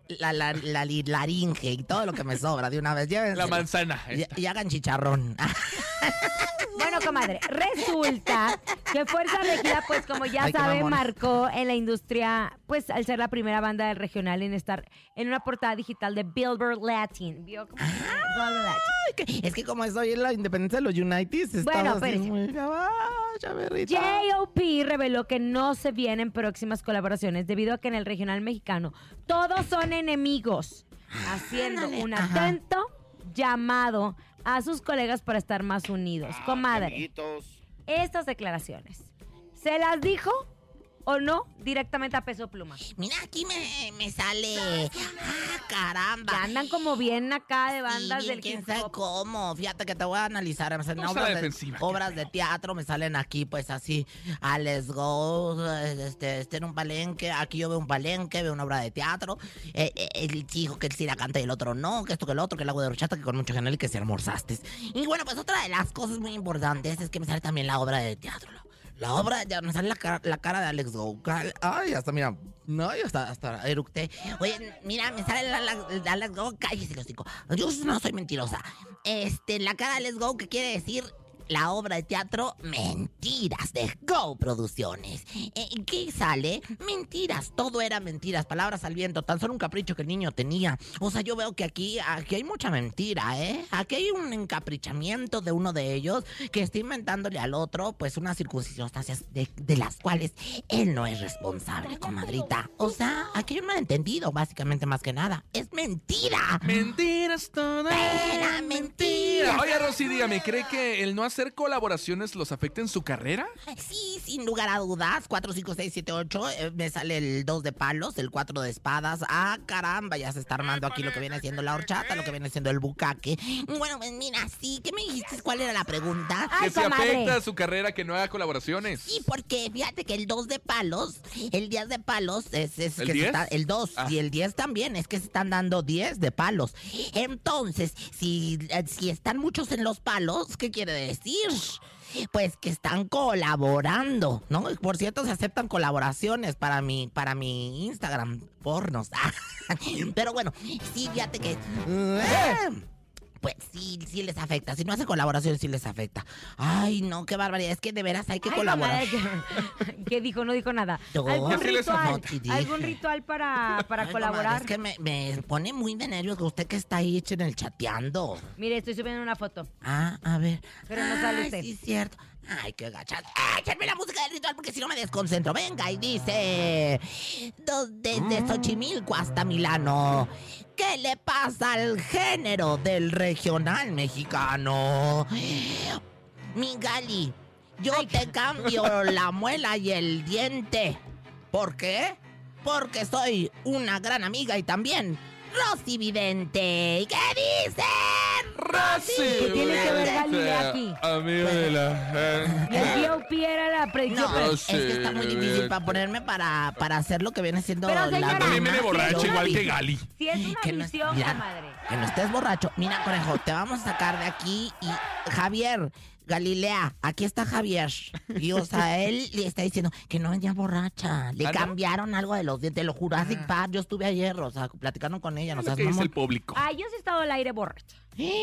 Speaker 3: la, la, la li- laringe y todo lo que me sobra de una vez. Llévenselo.
Speaker 4: La manzana.
Speaker 3: Y, y hagan chicharrón.
Speaker 2: Bueno, comadre, resulta que Fuerza Regida, pues como ya
Speaker 3: Ay, qué
Speaker 2: sabe,
Speaker 3: mamón.
Speaker 2: marcó en la industria, pues al ser la primera banda del regional en estar en una portada digital de Billboard Latin. ¿Vio cómo?
Speaker 3: Ah.
Speaker 2: Billboard Latin.
Speaker 3: Es que como es hoy en la independencia de los United,
Speaker 2: Bueno,
Speaker 3: estamos así
Speaker 2: espérese.
Speaker 3: muy... Ay, chaverrita.
Speaker 2: J.O.P. reveló que no se vienen próximas colaboraciones debido a que en el regional mexicano todos son enemigos, haciendo
Speaker 3: Ándale,
Speaker 2: un
Speaker 3: ajá.
Speaker 2: atento llamado a sus colegas para estar más unidos.
Speaker 3: Ah,
Speaker 2: Comadre, estas declaraciones, ¿se las dijo o no directamente a Peso Pluma?
Speaker 3: Mira, aquí me, me sale. Ah, caramba.
Speaker 2: Que andan como bien acá de bandas
Speaker 3: Sí,
Speaker 2: del
Speaker 3: quién
Speaker 2: hip
Speaker 3: sabe
Speaker 2: hop.
Speaker 3: cómo. Fíjate que te voy a analizar. Me salen
Speaker 4: Vamos a la
Speaker 3: obras, de,
Speaker 4: defensiva,
Speaker 3: obras de teatro, me salen aquí, pues así. Alex Go, este, este en un palenque. Aquí yo veo un palenque, veo una obra de teatro. Eh, eh, el chico que él sí la canta y el otro no, que esto que el otro, que el agua de horchata, que con mucho genal y que se almorzaste. Y bueno, pues otra de las cosas muy importantes es que me sale también la obra de teatro. la- La obra, ya me sale la cara, la cara de Alex Go. Cal- Ay, hasta mira. No, yo hasta, hasta eructé. Oye, mira, me sale la, la, la- la- Go. Cállese, los hocico. Yo no soy mentirosa. Este, la cara de Alex Go, que quiere decir la obra de teatro Mentiras de Go Producciones. Eh, ¿Qué sale? Mentiras. Todo era mentiras. Palabras al viento. Tan solo un capricho que el niño tenía. O sea, yo veo que aquí, aquí hay mucha mentira, ¿eh? Aquí hay un encaprichamiento de uno de ellos que está inventándole al otro, pues, unas circunstancias de, de las cuales él no es responsable, comadrita. O sea, aquí hay un malentendido, básicamente, más que nada. ¡Es mentira!
Speaker 4: Mentira. resto de
Speaker 3: Era mentira.
Speaker 4: Oye, Rosy, dígame, ¿cree que el no hacer colaboraciones los afecta en su carrera?
Speaker 3: Sí, sin lugar a dudas. 4, 5, 6, 7, 8. eh, me sale el 2 de palos, el 4 de espadas. Ah, caramba, ya se está armando aquí lo que viene siendo la horchata, lo que viene siendo el bucaque. Bueno, pues mira, sí, ¿qué me dijiste? ¿Cuál era la pregunta?
Speaker 2: Ay,
Speaker 4: que se
Speaker 2: comadre.
Speaker 4: afecta a su carrera que no haga colaboraciones.
Speaker 3: Sí, porque fíjate que el 2 de palos, el 10 de palos es, es
Speaker 4: ¿El
Speaker 3: que se
Speaker 4: 10?
Speaker 3: está- el 2
Speaker 4: Ah.
Speaker 3: y el 10 también, es que se están dando 10 de palos. Entonces, si, eh, si están muchos en los palos, ¿qué quiere decir? Pues que están colaborando, ¿no? Y Por cierto, se aceptan colaboraciones para mi, para mi Instagram pornos. Pero bueno, sí, fíjate que... eh, Pues sí, sí les afecta. Si no hace colaboración, sí les afecta. Ay, no, qué barbaridad. Es que de veras hay que
Speaker 2: Ay,
Speaker 3: colaborar.
Speaker 2: comadre, que, que dijo, no dijo nada.
Speaker 3: No,
Speaker 2: ¿Algún
Speaker 3: yo sí les
Speaker 2: ritual,
Speaker 3: anoto, dije.
Speaker 2: algún ritual para, para
Speaker 3: Ay,
Speaker 2: colaborar?
Speaker 3: comadre, es que me, me pone muy de nervios que usted que está ahí hecho en el chateando.
Speaker 2: Mire, estoy subiendo una foto.
Speaker 3: Ah, a ver.
Speaker 2: Pero no sale
Speaker 3: Ay,
Speaker 2: usted.
Speaker 3: Sí, cierto. Ay, qué gachas. Ay, échame la música del ritual porque si no me desconcentro. Venga, y dice. do-
Speaker 2: Mm.
Speaker 3: Desde Xochimilco hasta Milano. ¿Qué le pasa al género del regional mexicano? Migali, yo te cambio la muela y el diente. ¿Por qué? Porque soy una gran amiga y también Rosy Vidente. ¿Y qué dice?
Speaker 4: ¿Qué
Speaker 2: tiene que ver Galilea aquí?
Speaker 4: Amigo de la eh,
Speaker 2: Y
Speaker 4: gente.
Speaker 2: el tío Piera la predicción.
Speaker 3: No,
Speaker 4: Yo
Speaker 3: es
Speaker 4: sé,
Speaker 3: que está muy difícil
Speaker 4: vete.
Speaker 3: para ponerme para, para hacer lo que viene siendo
Speaker 2: Pero,
Speaker 3: la
Speaker 2: señora,
Speaker 4: También
Speaker 3: dama,
Speaker 4: viene
Speaker 2: Mamá,
Speaker 4: borracho
Speaker 2: pero-
Speaker 4: igual que Gali.
Speaker 2: Si es una
Speaker 3: Que no,
Speaker 2: misión,
Speaker 3: mira,
Speaker 2: comadre.
Speaker 3: que no estés borracho. Mira, conejo, te vamos a sacar de aquí y Javier, Galilea, aquí está Javier. Y o sea, él le está diciendo que no venía borracha. Le
Speaker 4: ¿Ah, no?
Speaker 3: cambiaron algo de los dientes, de los Jurassic
Speaker 2: Ah.
Speaker 3: Park. Yo estuve ayer, o sea, platicando con ella, no
Speaker 4: Lo
Speaker 3: seas
Speaker 4: que dice el
Speaker 3: mamón.
Speaker 4: público.
Speaker 2: Ah, yo sí he estado al aire borracha.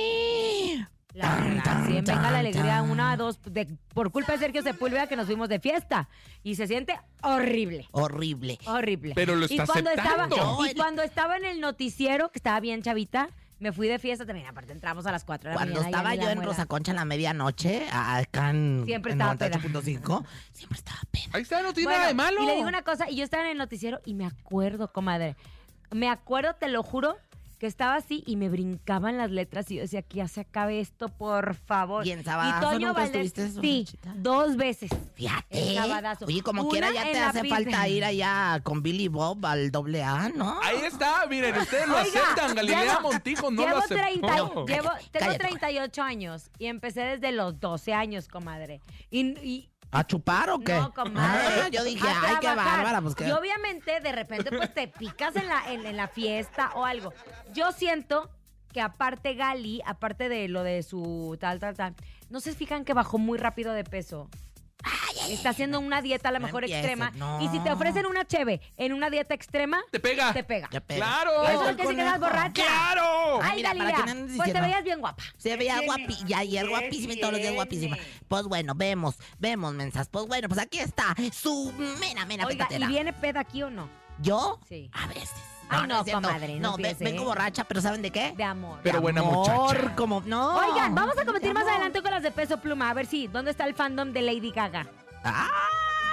Speaker 3: ¡Eh!
Speaker 2: La
Speaker 3: Tan,
Speaker 2: verdad,
Speaker 3: tan,
Speaker 2: sí, venga
Speaker 3: tan,
Speaker 2: la alegría,
Speaker 3: tan.
Speaker 2: una, dos, de- por culpa de Sergio Sepúlveda que nos fuimos de fiesta. Y se siente horrible.
Speaker 3: Horrible.
Speaker 2: Horrible.
Speaker 4: Pero lo está
Speaker 2: y cuando
Speaker 4: aceptando.
Speaker 2: Estaba,
Speaker 3: No,
Speaker 2: y cuando estaba en el noticiero, que estaba bien chavita, me fui de fiesta también. Aparte, entramos a las 4 de la
Speaker 3: Cuando
Speaker 2: mañana.
Speaker 3: estaba
Speaker 2: allá
Speaker 3: yo
Speaker 2: la
Speaker 3: en
Speaker 2: muela.
Speaker 3: Rosa Concha en la medianoche, a- acá en,
Speaker 2: Siempre
Speaker 3: en
Speaker 2: estaba peda.
Speaker 3: 98.5, siempre estaba peda.
Speaker 4: Ahí está, no tiene
Speaker 2: Bueno,
Speaker 4: nada de malo.
Speaker 2: Y le digo una cosa, y yo estaba en el noticiero y me acuerdo, comadre. Me acuerdo, te lo juro, que estaba así y me brincaban las letras y yo decía, que ya se acabe esto, por favor.
Speaker 3: ¿Y en Sabadazo nunca estuviste
Speaker 2: sí,
Speaker 3: borrachita?
Speaker 2: dos veces.
Speaker 3: Fíjate.
Speaker 2: El sabadazo.
Speaker 3: Oye, como
Speaker 2: Una
Speaker 3: quiera ya
Speaker 2: en
Speaker 3: te
Speaker 2: la
Speaker 3: hace
Speaker 2: pista.
Speaker 3: falta ir allá con Billy Bob al doble A, ¿no?
Speaker 4: Ahí está, miren, ustedes lo
Speaker 2: Oiga,
Speaker 4: aceptan. Galilea
Speaker 2: llevo-
Speaker 4: Montijo no lo
Speaker 2: llevo, 30 y-
Speaker 4: aceptó.
Speaker 2: llevo- tengo
Speaker 3: cállate,
Speaker 2: 38 años y empecé desde los 12 años, comadre. Y, y-
Speaker 3: ¿A chupar o qué?
Speaker 2: no, comadre.
Speaker 3: Ah, yo dije,
Speaker 2: a
Speaker 3: ay, qué
Speaker 2: trabajar.
Speaker 3: bárbara, pues qué.
Speaker 2: Y obviamente, de repente, pues te picas en la, en, en la fiesta o algo. Yo siento que aparte Gali, aparte de lo de su tal, tal, tal, no se fijan que bajó muy rápido de peso. Está haciendo una dieta a lo
Speaker 3: no
Speaker 2: mejor
Speaker 3: empieces,
Speaker 2: extrema.
Speaker 3: no. Ah,
Speaker 2: Y si te ofrecen una cheve en una dieta extrema,
Speaker 4: Te pega.
Speaker 2: te pega.
Speaker 3: Ya pe-
Speaker 4: ¡Claro!
Speaker 2: Eso
Speaker 3: Ay,
Speaker 2: es que se quedas
Speaker 3: conejo.
Speaker 2: borracha.
Speaker 4: ¡Claro!
Speaker 3: Ah,
Speaker 2: Ay,
Speaker 3: mira, para
Speaker 2: Galilea,
Speaker 3: que no andes
Speaker 2: pues te
Speaker 3: diciendo.
Speaker 2: veías bien guapa.
Speaker 3: Se veía guapísima, ya, y es guapísima y todos los días guapísima. Pues bueno, vemos, vemos, mensas. Pues bueno, pues aquí está su mera, mera
Speaker 2: Oiga, ¿y
Speaker 3: petatera.
Speaker 2: viene peda aquí o no?
Speaker 3: ¿Yo?
Speaker 2: Sí.
Speaker 3: A veces.
Speaker 2: Ay, no,
Speaker 3: es cierto.
Speaker 2: comadre, no
Speaker 3: No, ve-
Speaker 2: empiece,
Speaker 3: vengo
Speaker 2: ¿eh?
Speaker 3: borracha, pero ¿saben de qué?
Speaker 2: De amor.
Speaker 4: Pero buena
Speaker 3: amor,
Speaker 4: muchacha.
Speaker 3: como... No.
Speaker 2: Oigan, vamos a competir
Speaker 3: De
Speaker 2: más
Speaker 3: Oh, amor.
Speaker 2: adelante con las de peso pluma. A ver si, ¿dónde está el fandom de Lady Gaga?
Speaker 3: Ah,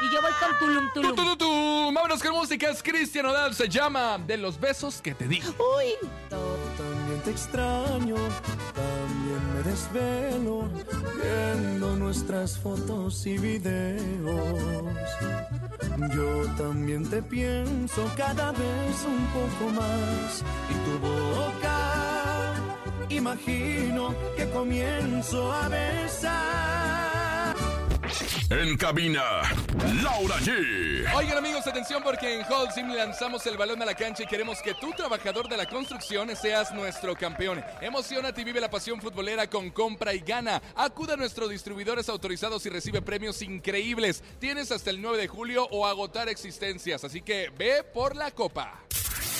Speaker 2: Y yo voy con Tulum
Speaker 4: ¡Tú, tú,
Speaker 2: Tulum.
Speaker 4: tú, tú! Vámonos con música. Es Cristian Odal. Se llama De los besos que te di.
Speaker 3: uy.
Speaker 5: También te extraño, también me desvelo viendo nuestras fotos y videos. Yo también te pienso cada vez un poco más y tu boca imagino que comienzo a besar.
Speaker 1: En cabina, Laura G.
Speaker 4: Oigan amigos, atención porque en Hall Sim lanzamos el balón a la cancha y queremos que tú, trabajador de la construcción, seas nuestro campeón. Emocionate y vive la pasión futbolera con compra y gana. Acuda a nuestros distribuidores autorizados y recibe premios increíbles. Tienes hasta el 9 de julio o agotar existencias, así que ve por la copa.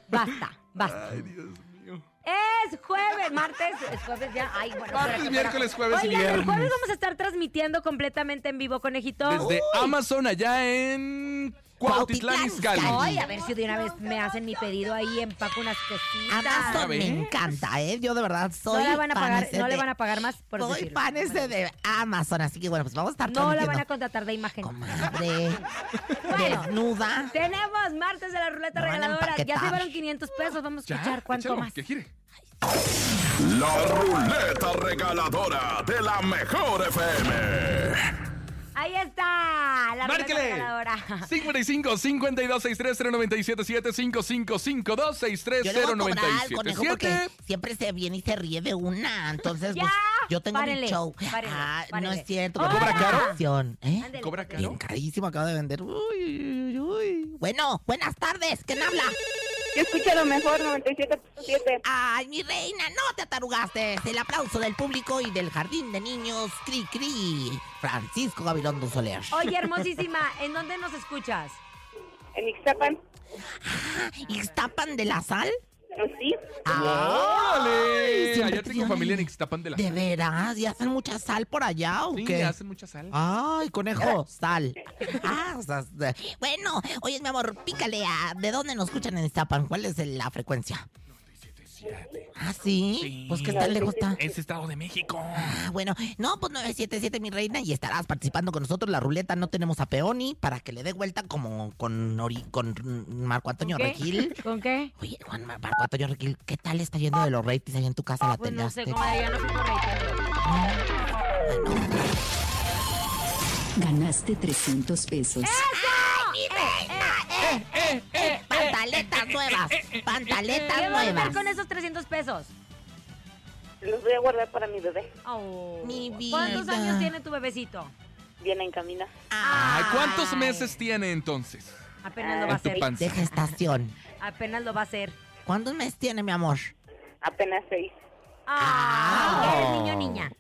Speaker 2: Basta, basta.
Speaker 4: Ay, Dios mío.
Speaker 2: Es jueves, martes, es jueves ya. Ay, bueno,
Speaker 4: Martes,
Speaker 2: espérate,
Speaker 4: miércoles, jueves y
Speaker 2: Oigan, el
Speaker 4: viernes.
Speaker 2: jueves vamos a estar transmitiendo completamente en vivo, conejito.
Speaker 4: Desde Amazon allá en Cuautitlán,
Speaker 3: Cuautitlán, Izcalli.
Speaker 4: Izcalli.
Speaker 2: Ay, a ver si de una vez me hacen mi pedido ahí, empaco unas cositas.
Speaker 3: Amazon
Speaker 4: ¿Sabes?
Speaker 3: me encanta, ¿eh? Yo de verdad
Speaker 2: No
Speaker 3: soy
Speaker 2: la van a
Speaker 3: fan
Speaker 2: pagar,
Speaker 3: ese
Speaker 2: no le
Speaker 3: de-
Speaker 2: van a pagar más por
Speaker 3: soy
Speaker 2: decirlo.
Speaker 3: fan ese de Amazon, así que bueno, pues vamos a estar
Speaker 2: No la van a
Speaker 3: transmitiendo.
Speaker 2: contratar de imagen.
Speaker 3: Comadre,
Speaker 2: Bueno.
Speaker 3: desnuda.
Speaker 2: Tenemos martes de la ruleta
Speaker 3: Me van a
Speaker 2: regaladora. Ya
Speaker 3: empaquetar.
Speaker 2: se llevaron 500 pesos. Vamos a escuchar cuánto
Speaker 4: échalo,
Speaker 2: más.
Speaker 4: Que gire.
Speaker 1: La ruleta regaladora de la mejor FM.
Speaker 2: Ahí está la
Speaker 4: Márquele.
Speaker 2: ruleta regaladora.
Speaker 4: 55 52 63 0977 55 2 63
Speaker 3: Yo le voy a cobrar al
Speaker 4: 0977
Speaker 3: conejo porque siempre se viene y se ríe de una. Entonces,
Speaker 2: Ya,
Speaker 3: pues, yo tengo
Speaker 2: párele,
Speaker 3: mi show.
Speaker 2: párele,
Speaker 3: ah, no
Speaker 2: párele.
Speaker 3: es cierto.
Speaker 2: ¿Cobra
Speaker 3: porque
Speaker 2: caro? Ah,
Speaker 3: es acción, ¿eh?
Speaker 2: Ándele,
Speaker 4: ¿Cobra
Speaker 2: ándele.
Speaker 4: caro?
Speaker 3: Bien carísimo acabo de vender. Uy, uy, uy. Bueno, buenas tardes. ¿Quién habla?
Speaker 8: Yo escucho lo mejor, 97.7.
Speaker 3: Ay, mi reina, no te atarugaste. El aplauso del público y del jardín de niños Cri Cri. Francisco Gabilondo Soler.
Speaker 2: Oye, hermosísima, ¿en dónde nos escuchas?
Speaker 8: En Ixtapan.
Speaker 3: ¿Ixtapan de la sal?
Speaker 8: Sí.
Speaker 3: Ay,
Speaker 4: ¡Órale!
Speaker 3: siempre
Speaker 4: Allá tengo
Speaker 3: pidieron
Speaker 4: familia en
Speaker 3: el-
Speaker 4: Ixtapan de la
Speaker 3: ¿De veras? ¿Y hacen mucha sal por allá o
Speaker 4: Sí,
Speaker 3: qué? Ah,
Speaker 4: hacen mucha sal.
Speaker 3: Ay, conejo, sal. Ah, sas- de- bueno, oye, mi amor, pícale a... ¿De dónde nos escuchan en Iztapan? ¿Cuál es el- la frecuencia? Ah, ¿sí?
Speaker 4: Sí.
Speaker 3: Pues que tal le gusta.
Speaker 4: Es Estado de México.
Speaker 3: Ah, bueno, no, pues 977, mi reina, y estarás participando con nosotros. La ruleta no tenemos a Peoni para que le dé vuelta como con, Ori- con Marco Antonio
Speaker 2: ¿Con qué?
Speaker 3: Regil.
Speaker 2: ¿Con qué?
Speaker 3: Oye, Juan Mar- Marco Antonio Regil, ¿qué tal está yendo de los ratings ahí en tu casa? ¿La
Speaker 2: Pues no sé
Speaker 3: atendiste?
Speaker 2: cómo ya no tengo rating.
Speaker 11: Ganaste 300 pesos.
Speaker 3: Pantaletas nuevas,
Speaker 2: ¿Qué
Speaker 3: pantaletas
Speaker 2: vas a hacer
Speaker 3: nuevas.
Speaker 2: con esos 300 pesos?
Speaker 8: Los voy a guardar para mi bebé.
Speaker 2: Oh.
Speaker 3: Mi vida.
Speaker 2: ¿Cuántos años tiene tu bebecito?
Speaker 8: Viene en camino.
Speaker 4: Ay, ¿cuántos
Speaker 2: Ay.
Speaker 4: meses tiene entonces?
Speaker 2: Apenas lo va a
Speaker 4: En tu
Speaker 2: hacer.
Speaker 3: De
Speaker 4: panza.
Speaker 3: gestación.
Speaker 2: Apenas lo va a hacer.
Speaker 3: ¿Cuántos meses tiene, mi amor?
Speaker 8: Apenas seis.
Speaker 2: Ah,
Speaker 3: Au.
Speaker 2: ¿Eres niño o niña?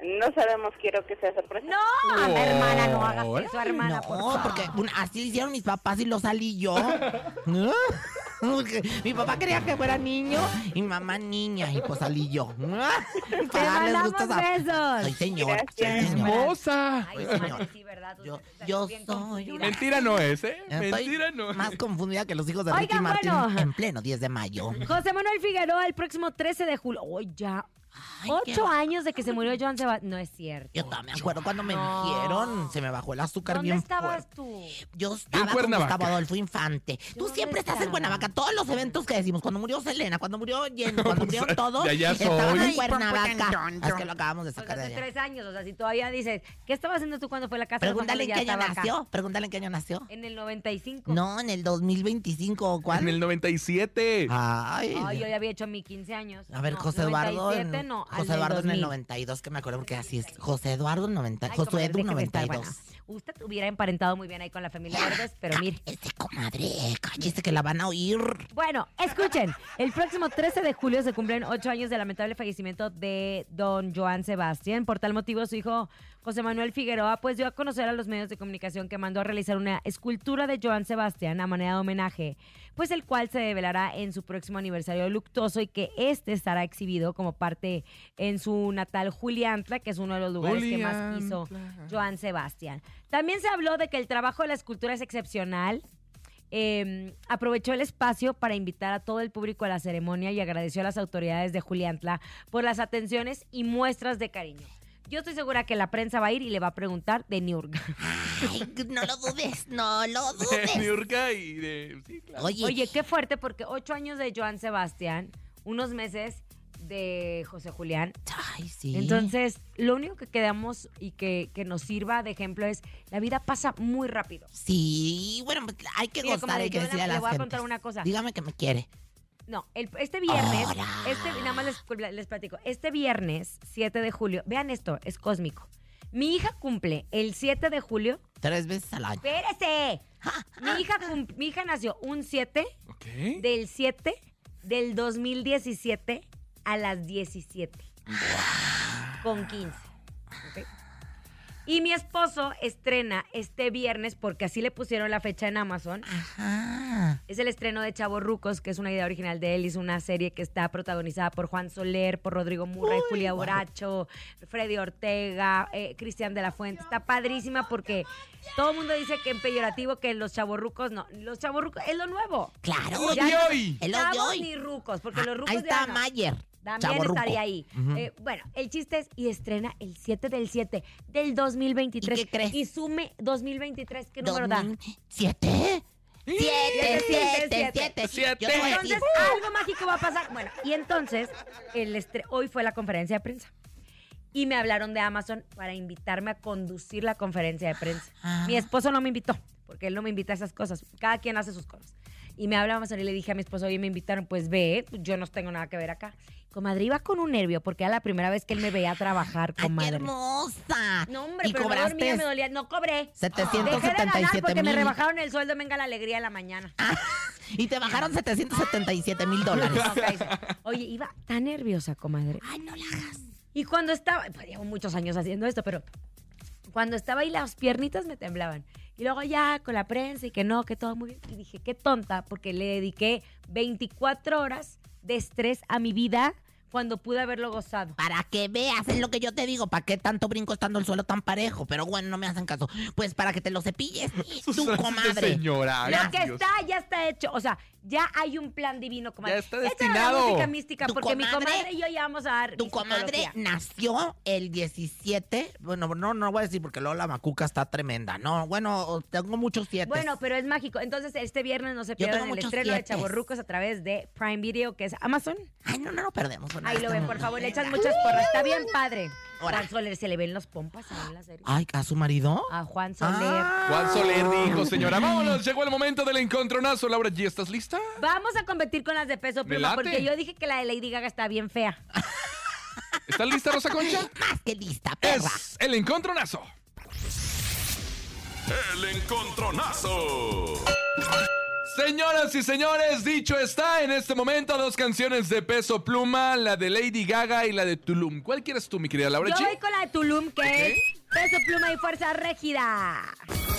Speaker 8: No sabemos, quiero que sea sorpresa.
Speaker 2: No, a ver, hermana, no hagas eso, hermana,
Speaker 3: No,
Speaker 2: por favor.
Speaker 3: porque un- así hicieron mis papás y lo salí yo. ¿No? Porque mi papá quería que fuera niño y mi mamá niña y pues salí yo.
Speaker 2: Te mandamos besos.
Speaker 3: Soy señor. soy
Speaker 8: Gracias.
Speaker 3: señor.
Speaker 4: ¡Hermosa!
Speaker 2: Ay,
Speaker 3: Soy
Speaker 2: madre,
Speaker 3: señor.
Speaker 2: sí, ¿verdad? Tú
Speaker 3: Yo-
Speaker 2: estás
Speaker 3: yo
Speaker 2: bien
Speaker 3: soy
Speaker 2: confundida.
Speaker 3: una-
Speaker 4: Mentira no es, ¿eh?
Speaker 3: Estoy
Speaker 4: Mentira no.
Speaker 3: más confundida que los hijos de Ricky
Speaker 2: Oigan,
Speaker 3: Martin
Speaker 2: bueno.
Speaker 3: en pleno 10 de mayo.
Speaker 2: José Manuel Figueroa, el próximo 13 de julio. Hoy ya.
Speaker 3: Ay, qué
Speaker 2: Ocho años de que se murió Joan Sebastián. No es cierto.
Speaker 3: Yo también me acuerdo cuando me
Speaker 2: No.
Speaker 3: dijeron, se me bajó el azúcar
Speaker 2: ¿Dónde
Speaker 3: bien
Speaker 2: estabas
Speaker 3: fuerte.
Speaker 2: tú?
Speaker 3: Yo estaba con
Speaker 4: Cuernavaca.
Speaker 3: Gustavo Adolfo Infante. Tú
Speaker 2: dónde
Speaker 3: siempre estás en
Speaker 2: estaba?
Speaker 3: Cuernavaca. Todos los eventos que decimos, cuando murió Selena, cuando murió Jenny, cuando murió
Speaker 4: Pues,
Speaker 3: todos,
Speaker 4: de allá
Speaker 3: estaban
Speaker 4: soy.
Speaker 3: en Cuernavaca. Es que lo acabamos de
Speaker 2: O sea,
Speaker 3: sacar de
Speaker 2: hace
Speaker 3: allá.
Speaker 2: tres años. O sea, si todavía dices, ¿qué estaba haciendo tú cuando fue la casa? de los
Speaker 3: Pregúntale en
Speaker 2: Ángeles?
Speaker 3: qué
Speaker 2: Ya
Speaker 3: año
Speaker 2: estaba acá.
Speaker 3: nació. Pregúntale en qué año nació.
Speaker 2: En el 95.
Speaker 3: No, en el 2025 o cuál.
Speaker 4: En el 97.
Speaker 3: Ah, Ay.
Speaker 2: Ay, yo ya había hecho mis 15 años.
Speaker 3: A ver,
Speaker 2: No,
Speaker 3: José Eduardo. en-
Speaker 2: 97 no, al
Speaker 3: José Eduardo en
Speaker 2: 2000.
Speaker 3: el 92, que me acuerdo porque así es. José Eduardo en 90.
Speaker 2: Ay,
Speaker 3: José
Speaker 2: comadre,
Speaker 3: Edu
Speaker 2: déjeme estar
Speaker 3: 92.
Speaker 2: buena. Usted hubiera emparentado muy bien ahí con la familia Verdes, pero mire.
Speaker 3: Este comadre, cállese que la van a oír.
Speaker 2: Bueno, escuchen, el próximo 13 de julio se cumplen ocho años del lamentable fallecimiento de don Joan Sebastián. Por tal motivo, su hijo José Manuel Figueroa pues dio a conocer a los medios de comunicación que mandó a realizar una escultura de Joan Sebastián a manera de homenaje, pues el cual se develará en su próximo aniversario luctuoso y que este estará exhibido como parte en su natal Juliantla, que es uno de los
Speaker 3: pues,
Speaker 2: lugares que más hizo Joan Sebastián. También se habló de que el trabajo de la escultura es excepcional, eh, aprovechó el espacio para invitar a todo el público a la ceremonia y agradeció a las autoridades de Juliantla por las atenciones y muestras de cariño. Yo estoy segura que la prensa va a ir y le va a preguntar de Niurka.
Speaker 3: Ay, no lo dudes, no lo dudes.
Speaker 4: De Niurka y de. Sí, claro.
Speaker 2: Oye. Oye, qué fuerte, porque ocho años de Joan Sebastián, unos meses de José Julián.
Speaker 3: Ay, sí.
Speaker 2: Entonces, lo único que quedamos y que, que nos sirva de ejemplo es la vida pasa muy rápido.
Speaker 3: Sí, bueno, pues hay que
Speaker 2: Mira,
Speaker 3: gozar,
Speaker 2: comadre,
Speaker 3: hay que
Speaker 2: yo
Speaker 3: decir
Speaker 2: le-
Speaker 3: a
Speaker 2: pues, le
Speaker 3: la
Speaker 2: voy a contar una cosa.
Speaker 3: Dígame que me quiere.
Speaker 2: No, el- este viernes,
Speaker 3: Ahora.
Speaker 2: este, nada más les, les platico, este viernes 7 de julio, vean esto, es cósmico. Mi hija cumple el 7 de julio.
Speaker 3: Tres veces al año.
Speaker 2: ¡Espérese! Mi hija, cum- mi hija nació un 7
Speaker 4: Ok.
Speaker 2: del 7 del 2017 a las 17. Con 15. ¿ok? Y mi esposo estrena este viernes, porque así le pusieron la fecha en Amazon.
Speaker 3: Ajá.
Speaker 2: Es el estreno de Chavo Rucos, que es una idea original de él. Es una serie que está protagonizada por Juan Soler, por Rodrigo Murray, Julia Boracho, Freddy Ortega, eh, Cristian de la Fuente. Está padrísima porque todo el mundo dice que en peyorativo que los chavorrucos no. Los chavorrucos es lo nuevo.
Speaker 3: Claro.
Speaker 4: Lo
Speaker 2: Ya
Speaker 4: de
Speaker 2: no-
Speaker 4: hoy.
Speaker 3: Es lo de
Speaker 2: Chavos
Speaker 3: hoy. Ah,
Speaker 2: ni rucos, porque los rucos
Speaker 3: Ahí
Speaker 2: ya
Speaker 3: está
Speaker 2: no.
Speaker 3: Mayer.
Speaker 2: También
Speaker 3: Chavo ruco.
Speaker 2: estaría ahí.
Speaker 3: Ujú.
Speaker 2: Eh, bueno, el chiste es, y estrena el 7 del 7 del 2023.
Speaker 3: ¿Y qué crees?
Speaker 2: Y sume 2023, ¿qué número da?
Speaker 3: 2007. Siete, siete,
Speaker 2: siete,
Speaker 3: siete.
Speaker 4: siete.
Speaker 3: Yo te voy a decir,
Speaker 2: Entonces, algo mágico va a pasar. Bueno, y entonces, el estre- hoy fue la conferencia de prensa. Y me hablaron de Amazon para invitarme a conducir la conferencia de prensa.
Speaker 3: Ah.
Speaker 2: Mi esposo no me invitó, porque él no me invita a esas cosas. Cada quien hace sus cosas. Y me habló Amazon y le dije a mi esposo, oye, me invitaron, pues ve, yo no tengo nada que ver acá. Comadre, iba con un nervio, porque era la primera vez que él me veía trabajar,
Speaker 3: Ay, qué
Speaker 2: comadre.
Speaker 3: hermosa.
Speaker 2: No, hombre,
Speaker 3: y
Speaker 2: pero no dormía,
Speaker 3: cobraste
Speaker 2: me dolía. No cobré. Dejé de ganar
Speaker 3: 777
Speaker 2: porque me
Speaker 3: mil.
Speaker 2: rebajaron el sueldo, venga la alegría de la mañana.
Speaker 3: Y te bajaron 777 mil dólares.
Speaker 2: Ok, sí. Oye, iba tan nerviosa, comadre.
Speaker 3: Ay, no la hagas.
Speaker 2: Y cuando estaba, pues llevo muchos años haciendo esto, pero cuando estaba ahí las piernitas me temblaban. Y luego ya con la prensa y que no, que todo muy bien. Y dije, qué tonta, porque le dediqué 24 horas de estrés a mi vida cuando pude haberlo gozado.
Speaker 3: Para que veas, es lo que yo te digo. ¿Para qué tanto brinco estando el suelo tan parejo? Pero bueno, no me hacen caso. Pues para que te lo cepilles.
Speaker 4: Sus
Speaker 3: tu
Speaker 4: frases de
Speaker 3: comadre.
Speaker 4: Señora. ay,
Speaker 2: Lo que
Speaker 4: Dios.
Speaker 2: está, ya está hecho. O sea, ya hay un plan divino, comadre.
Speaker 4: Ya está
Speaker 2: Esa era
Speaker 4: destinado.
Speaker 2: la música mística,
Speaker 3: Tu
Speaker 2: porque mi
Speaker 3: comadre-
Speaker 2: comadre y yo ya vamos a dar.
Speaker 3: Tu comadre
Speaker 2: psicología.
Speaker 3: nació el 17. Bueno, no, no voy a decir porque luego la macuca está tremenda. No, bueno, tengo muchos siete.
Speaker 2: Bueno, pero es mágico. Entonces, este viernes no se pierdan
Speaker 3: tengo
Speaker 2: el
Speaker 3: muchos
Speaker 2: estreno de
Speaker 3: siete.
Speaker 2: Chaborrucos a través de Prime Video, que es Amazon.
Speaker 3: Ay, no, no lo perdemos. bueno,
Speaker 2: Ahí lo
Speaker 3: esto
Speaker 2: ven,
Speaker 3: no-
Speaker 2: por favor. Le echan muchas porras. Está bien padre.
Speaker 3: Ahora.
Speaker 2: Juan Soler, se le ven los pompas ahí en la serie.
Speaker 3: Ay, ¿a su marido?
Speaker 2: A Juan Soler.
Speaker 4: Juan Soler dijo, señora, vámonos, llegó el momento del encontronazo. Laura G, ¿estás lista?
Speaker 2: Vamos a competir con las de peso
Speaker 4: Me
Speaker 2: pluma,
Speaker 4: late.
Speaker 2: porque yo dije que la de Lady Gaga está bien fea.
Speaker 4: ¿Estás lista, Rosa Concha?
Speaker 3: Más que lista, perra.
Speaker 4: Es el encontronazo.
Speaker 1: El encontronazo.
Speaker 4: Señoras y señores, dicho está en este momento dos canciones de peso pluma, la de Lady Gaga y la de Tulum. ¿Cuál quieres tú, mi querida Laura
Speaker 2: Yo
Speaker 4: G?
Speaker 2: voy con la de Tulum, que es
Speaker 4: Ok.
Speaker 2: peso pluma y fuerza rígida.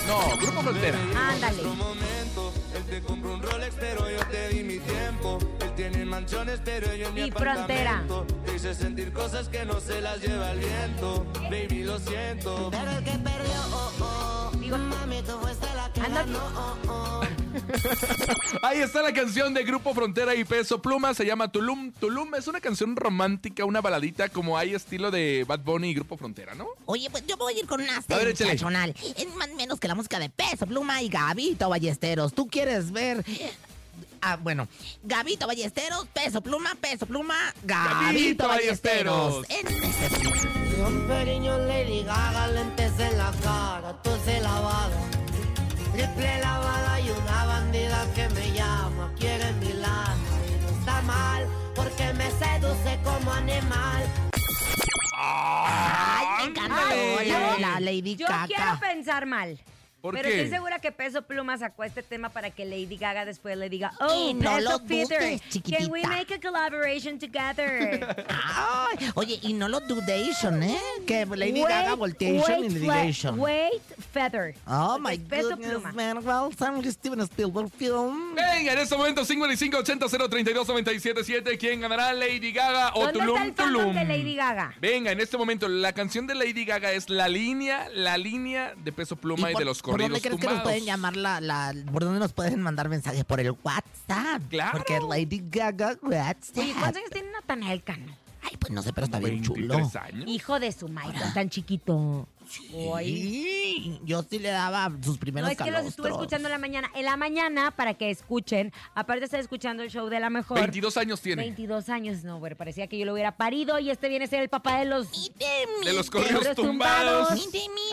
Speaker 4: No, Grupo Frontera.
Speaker 2: Ándale.
Speaker 5: momento. Él te compró un Rolex, pero yo te di mi tiempo. Él tiene manchones, pero yo en mi
Speaker 2: Y frontera.
Speaker 5: apartamento. Te hice sentir cosas que no se las lleva el viento. Baby, lo siento.
Speaker 2: Digo, ándale.
Speaker 4: Ahí está la canción de Grupo Frontera y Peso Pluma, se llama Tulum. Tulum es una canción romántica, una baladita como hay estilo de Bad Bunny y Grupo Frontera, ¿no?
Speaker 3: Oye, pues yo voy a ir con una
Speaker 4: A ver, échale.
Speaker 3: sensacional. Es más menos que la música de Peso Pluma y Gabito Ballesteros. ¿Tú quieres ver? Ah, bueno, Gabito Ballesteros, Peso Pluma, Peso Pluma,
Speaker 4: Gabito
Speaker 3: Gabito Ballesteros. En este-
Speaker 12: Con Periño, Lady Gaga, lentes en la cara, se lavada. Triple lavada y una bandida que me llama, quiere mi lana. Y no está mal, porque me seduce como animal.
Speaker 3: Ay, me encanta
Speaker 4: Ándale.
Speaker 3: la, la Lady
Speaker 2: Yo
Speaker 3: Gaga.
Speaker 2: quiero pensar mal.
Speaker 4: ¿Por
Speaker 2: pero
Speaker 4: qué?
Speaker 2: estoy segura que Peso Pluma sacó este tema para que Lady Gaga después le diga, oh,
Speaker 3: Y no
Speaker 2: Peso
Speaker 3: lo
Speaker 2: Peter,
Speaker 3: dudes,
Speaker 2: can we
Speaker 3: chiquitita."
Speaker 2: make a collaboration together?
Speaker 3: Ay, oye, y no lo dudation, ¿eh? Que Lady
Speaker 2: Wait,
Speaker 3: Gaga volteation
Speaker 2: wait,
Speaker 3: y
Speaker 2: fle-
Speaker 3: ligation.
Speaker 2: Wait, feather.
Speaker 3: Oh my
Speaker 2: Entonces, Peso
Speaker 3: goodness,
Speaker 2: Pluma.
Speaker 3: man. Well, some Steven Spielberg film.
Speaker 4: Venga, en este momento 55 80 032 977 ¿quién ganará Lady Gaga o
Speaker 2: ¿Dónde
Speaker 4: Oh, Tulum
Speaker 2: está el fandom
Speaker 4: Tulum?
Speaker 2: de Lady Gaga?
Speaker 4: Venga, en este momento la canción de Lady Gaga es la línea, la línea de Peso Pluma y,
Speaker 3: por-
Speaker 4: de los
Speaker 3: ¿Por dónde
Speaker 4: corridos
Speaker 3: crees que nos
Speaker 4: tumbados.
Speaker 3: pueden llamar la, la- ¿Por dónde nos pueden mandar mensajes? Por el WhatsApp.
Speaker 4: Claro.
Speaker 3: Porque Lady Gaga WhatsApp.
Speaker 2: Oye, ¿cuántos años tiene Natanael Cano?
Speaker 3: Ay, Ay, pues no sé, pero está bien chulo.
Speaker 2: Hijo de su maestra, tan chiquito.
Speaker 3: Sí, yo sí le daba sus primeros
Speaker 2: No, es que los estuve
Speaker 3: calostros.
Speaker 2: escuchando en la mañana. En la mañana, para que escuchen, aparte de estar escuchando el show de la mejor.
Speaker 4: 22 años tiene.
Speaker 2: 22 años, no, güey. Parecía que yo lo hubiera parido y este viene a ser el papá de los.
Speaker 4: De los correos tumbados.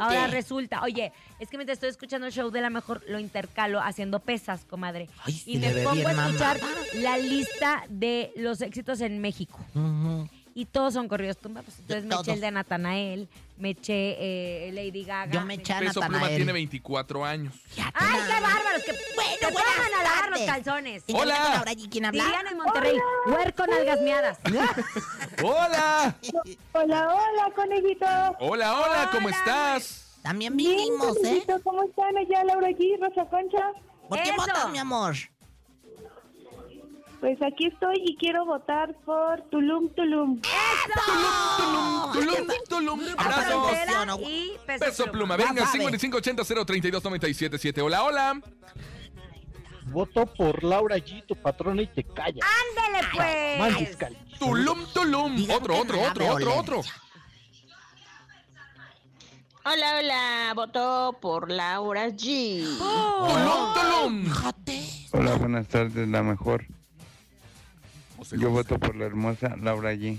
Speaker 2: Ahora resulta, oye, es que mientras estoy escuchando el show de la mejor, lo intercalo haciendo pesas, comadre. y
Speaker 3: se
Speaker 2: me
Speaker 3: le ve
Speaker 2: pongo
Speaker 3: bien
Speaker 2: a escuchar
Speaker 3: mamada.
Speaker 2: la lista de los éxitos en México.
Speaker 3: Ujú.
Speaker 2: Y todos son corridos tumbados. Entonces me
Speaker 3: Todos.
Speaker 2: eché el de Natanael, me eché eh, Lady Gaga.
Speaker 3: Yo me eché a
Speaker 4: Peso Pluma
Speaker 3: Natanael.
Speaker 4: tiene 24 años.
Speaker 2: ¡Ay, qué bárbaros! Que bueno,
Speaker 3: buenas
Speaker 2: a lavar los
Speaker 3: tardes.
Speaker 2: calzones.
Speaker 3: Señorita
Speaker 4: Hola.
Speaker 3: Laura G, ¿quién habla?
Speaker 2: Digan en Monterrey, huerco nalgas miadas.
Speaker 4: ¡Hola!
Speaker 13: Hola, hola, conejito.
Speaker 4: ¡Hola, hola! ¿Cómo estás?
Speaker 3: También vinimos, ¿eh?
Speaker 13: conejito, ¿Cómo están allá, Laura G, Rosa Concha?
Speaker 3: ¿Por qué
Speaker 13: Eso.
Speaker 3: votas, mi amor?
Speaker 13: Pues aquí estoy y quiero votar por Tulum Tulum.
Speaker 4: Tulum, tulum, tulum. Abrazo.
Speaker 2: Frontera y peso,
Speaker 4: Peso Pluma, venga, 5580-032-977. Hola, hola.
Speaker 6: Voto por Laura G, tu patrona, y te callas.
Speaker 2: Ah, Ándele, pues.
Speaker 6: Manches, cal-
Speaker 4: Tulum, tulum. Otro, otro, otro, otro, otro.
Speaker 14: Hola, hola, voto por Laura G.
Speaker 4: Tulum, Oh. tulum.
Speaker 15: Hola, buenas tardes, la mejor. Yo voto por la hermosa Laura G.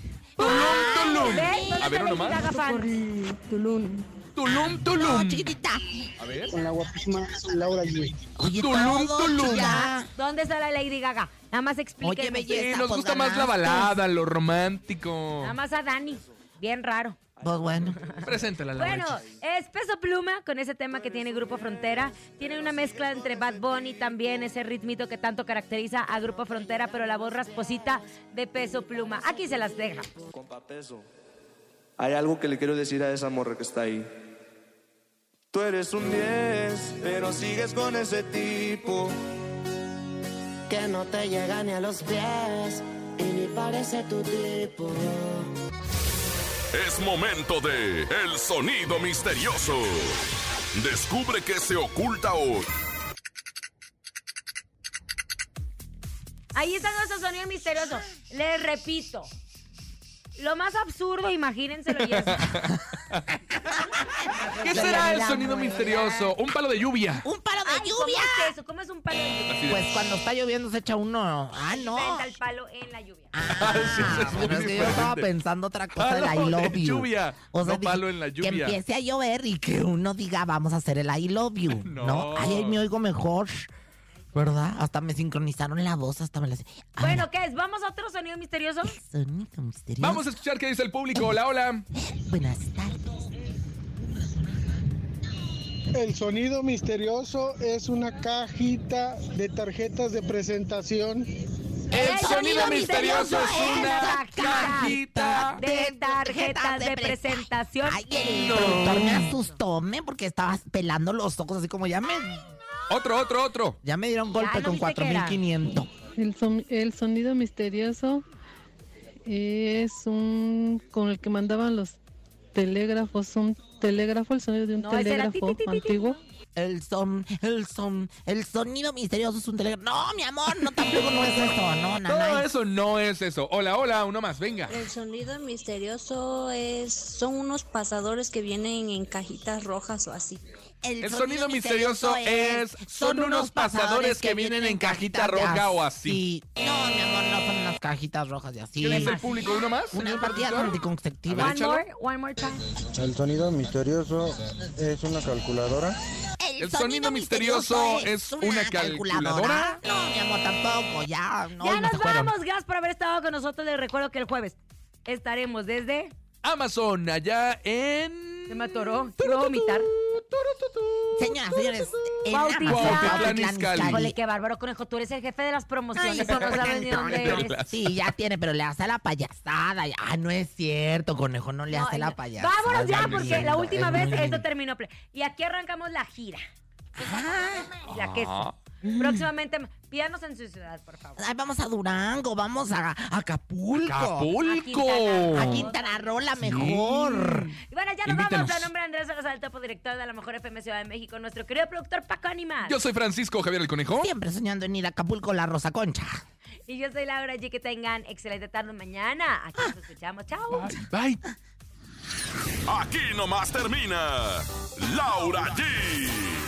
Speaker 4: A ver, uno más.
Speaker 13: Tulum.
Speaker 4: Tulum, tulum.
Speaker 2: A ver.
Speaker 6: Con la guapísima Laura G.
Speaker 3: Oye,
Speaker 4: Tulum,
Speaker 3: todo,
Speaker 4: tulum.
Speaker 3: ya.
Speaker 2: ¿Dónde está la Lady Gaga? Nada más explíquenos.
Speaker 3: Oye,
Speaker 4: Sí, Eh, nos gusta más pues la balada, lo romántico.
Speaker 2: Nada más a Dani. Bien raro.
Speaker 3: Pues bueno.
Speaker 4: Preséntala, la
Speaker 2: Bueno,
Speaker 4: mancha.
Speaker 2: es Peso Pluma con ese tema que tiene Grupo Frontera. Tiene una mezcla entre Bad Bunny también, ese ritmito que tanto caracteriza a Grupo Frontera, pero la voz rasposita de Peso Pluma. Aquí se las deja.
Speaker 16: Compa Peso. Hay algo que le quiero decir a esa morra que está ahí. Tú eres un 10, pero sigues con ese tipo.
Speaker 12: Que no te llega ni a los pies y ni parece tu tipo.
Speaker 1: Es momento de El Sonido Misterioso. Descubre qué se oculta hoy.
Speaker 2: Ahí está nuestro sonido misterioso. Les repito. Lo más absurdo, imagínenselo ya.
Speaker 4: ¿Qué será el sonido misterioso? Un palo de lluvia.
Speaker 3: ¡Un palo
Speaker 2: de lluvia! ¿Cómo es eso? ¿Cómo es un palo de lluvia?
Speaker 4: Así de-
Speaker 3: Pues cuando está lloviendo se echa uno. Ah, no.
Speaker 2: Prenda el palo en la lluvia.
Speaker 3: Ah, bueno, es que yo estaba pensando otra cosa de la I
Speaker 4: Palo
Speaker 3: love
Speaker 4: de
Speaker 3: you.
Speaker 4: lluvia, no
Speaker 3: dije,
Speaker 4: palo en la
Speaker 3: Que
Speaker 4: lluvia.
Speaker 3: empiece a llover y que uno diga, vamos a hacer el I love you.
Speaker 4: No.
Speaker 3: No. Ay, ahí me oigo mejor. ¿Verdad? Hasta me sincronizaron la voz, hasta me la...
Speaker 2: Bueno, ¿qué es? ¿Vamos a otro sonido misterioso?
Speaker 3: Sonido misterioso.
Speaker 4: Vamos a escuchar qué dice el público. Hola, hola.
Speaker 3: Buenas tardes.
Speaker 17: El sonido misterioso es una cajita de tarjetas de presentación.
Speaker 4: El
Speaker 2: sonido misterioso
Speaker 4: es una cajita
Speaker 2: de tarjetas de presentación.
Speaker 3: El productor me asustó, me, porque estabas pelando los ojos así como ya me...
Speaker 4: Otro, otro, otro.
Speaker 3: Ya me dieron golpe
Speaker 18: Ya, ¿no
Speaker 3: con
Speaker 18: viste que era?
Speaker 3: 4.500.
Speaker 18: El, son- el sonido misterioso es un con el que mandaban los telégrafos, un telégrafo, el sonido de un
Speaker 3: No, ese era ti,
Speaker 18: telégrafo
Speaker 3: ti, ti, ti, ti.
Speaker 18: antiguo.
Speaker 3: El son, el son, el sonido misterioso es un telégrafo. No, mi amor, no tampoco no es eso. No,
Speaker 4: Todo
Speaker 3: nada.
Speaker 4: eso no es eso. Hola, hola, uno más, venga.
Speaker 9: El sonido misterioso es son unos pasadores que vienen en cajitas rojas o así.
Speaker 4: El sonido misterioso es son unos pasadores que vienen en cajita roja o así.
Speaker 3: No, mi amor, no son unas cajitas rojas y así.
Speaker 4: ¿Qué dice el público? ¿Uno más?
Speaker 3: Una
Speaker 4: señor
Speaker 3: partida
Speaker 4: productor?
Speaker 3: anticonceptiva.
Speaker 2: One more, one more time.
Speaker 19: El sonido misterioso es una calculadora.
Speaker 4: El sonido misterioso es una calculadora.
Speaker 3: No, mi amor, tampoco. Ya, no.
Speaker 2: ya
Speaker 3: no se
Speaker 2: nos
Speaker 3: fueron.
Speaker 2: vamos, Gas, por haber estado con nosotros. Les recuerdo que el jueves estaremos desde...
Speaker 4: Amazon, allá en.
Speaker 2: Se me atoró. Iba a vomitar.
Speaker 3: Señoras, señores. en
Speaker 2: Bautitlán.
Speaker 3: Amazon,
Speaker 4: Bautitlán,
Speaker 3: Bautitlán,
Speaker 4: Izcalli.
Speaker 3: Izcalli.
Speaker 2: Híjole, qué bárbaro, conejo. Tú eres el jefe de las promociones.
Speaker 3: Ay,
Speaker 2: o no sabes ni dónde
Speaker 3: pero-
Speaker 2: eres.
Speaker 3: Sí, ya tiene, pero le hace a la payasada. Ah, no es cierto, conejo, no le hace
Speaker 2: Ay,
Speaker 3: la
Speaker 2: no.
Speaker 3: payasada.
Speaker 2: Vámonos ya, porque la
Speaker 3: Es
Speaker 2: última
Speaker 3: muy
Speaker 2: vez
Speaker 3: lindo.
Speaker 2: esto terminó. ple- Y aquí arrancamos la gira. La queso. Próximamente, pídanos en su ciudad, por favor.
Speaker 3: Ay, vamos a Durango, vamos a a Acapulco.
Speaker 4: Acapulco.
Speaker 3: A Quintana Roo, la mejor.
Speaker 2: Y bueno, ya nos
Speaker 4: Invítanos.
Speaker 2: vamos. A nombre de Andrés Salazar, el topo director de la Mejor FM Ciudad de México, nuestro querido productor Paco Animal.
Speaker 4: Yo soy Francisco Javier el Conejo.
Speaker 3: Siempre soñando en ir a Acapulco, la Rosa Concha.
Speaker 2: Y yo soy Laura G. Que tengan excelente tarde mañana. Aquí nos escuchamos. Chao.
Speaker 4: Bye.
Speaker 1: Aquí nomás termina Laura G,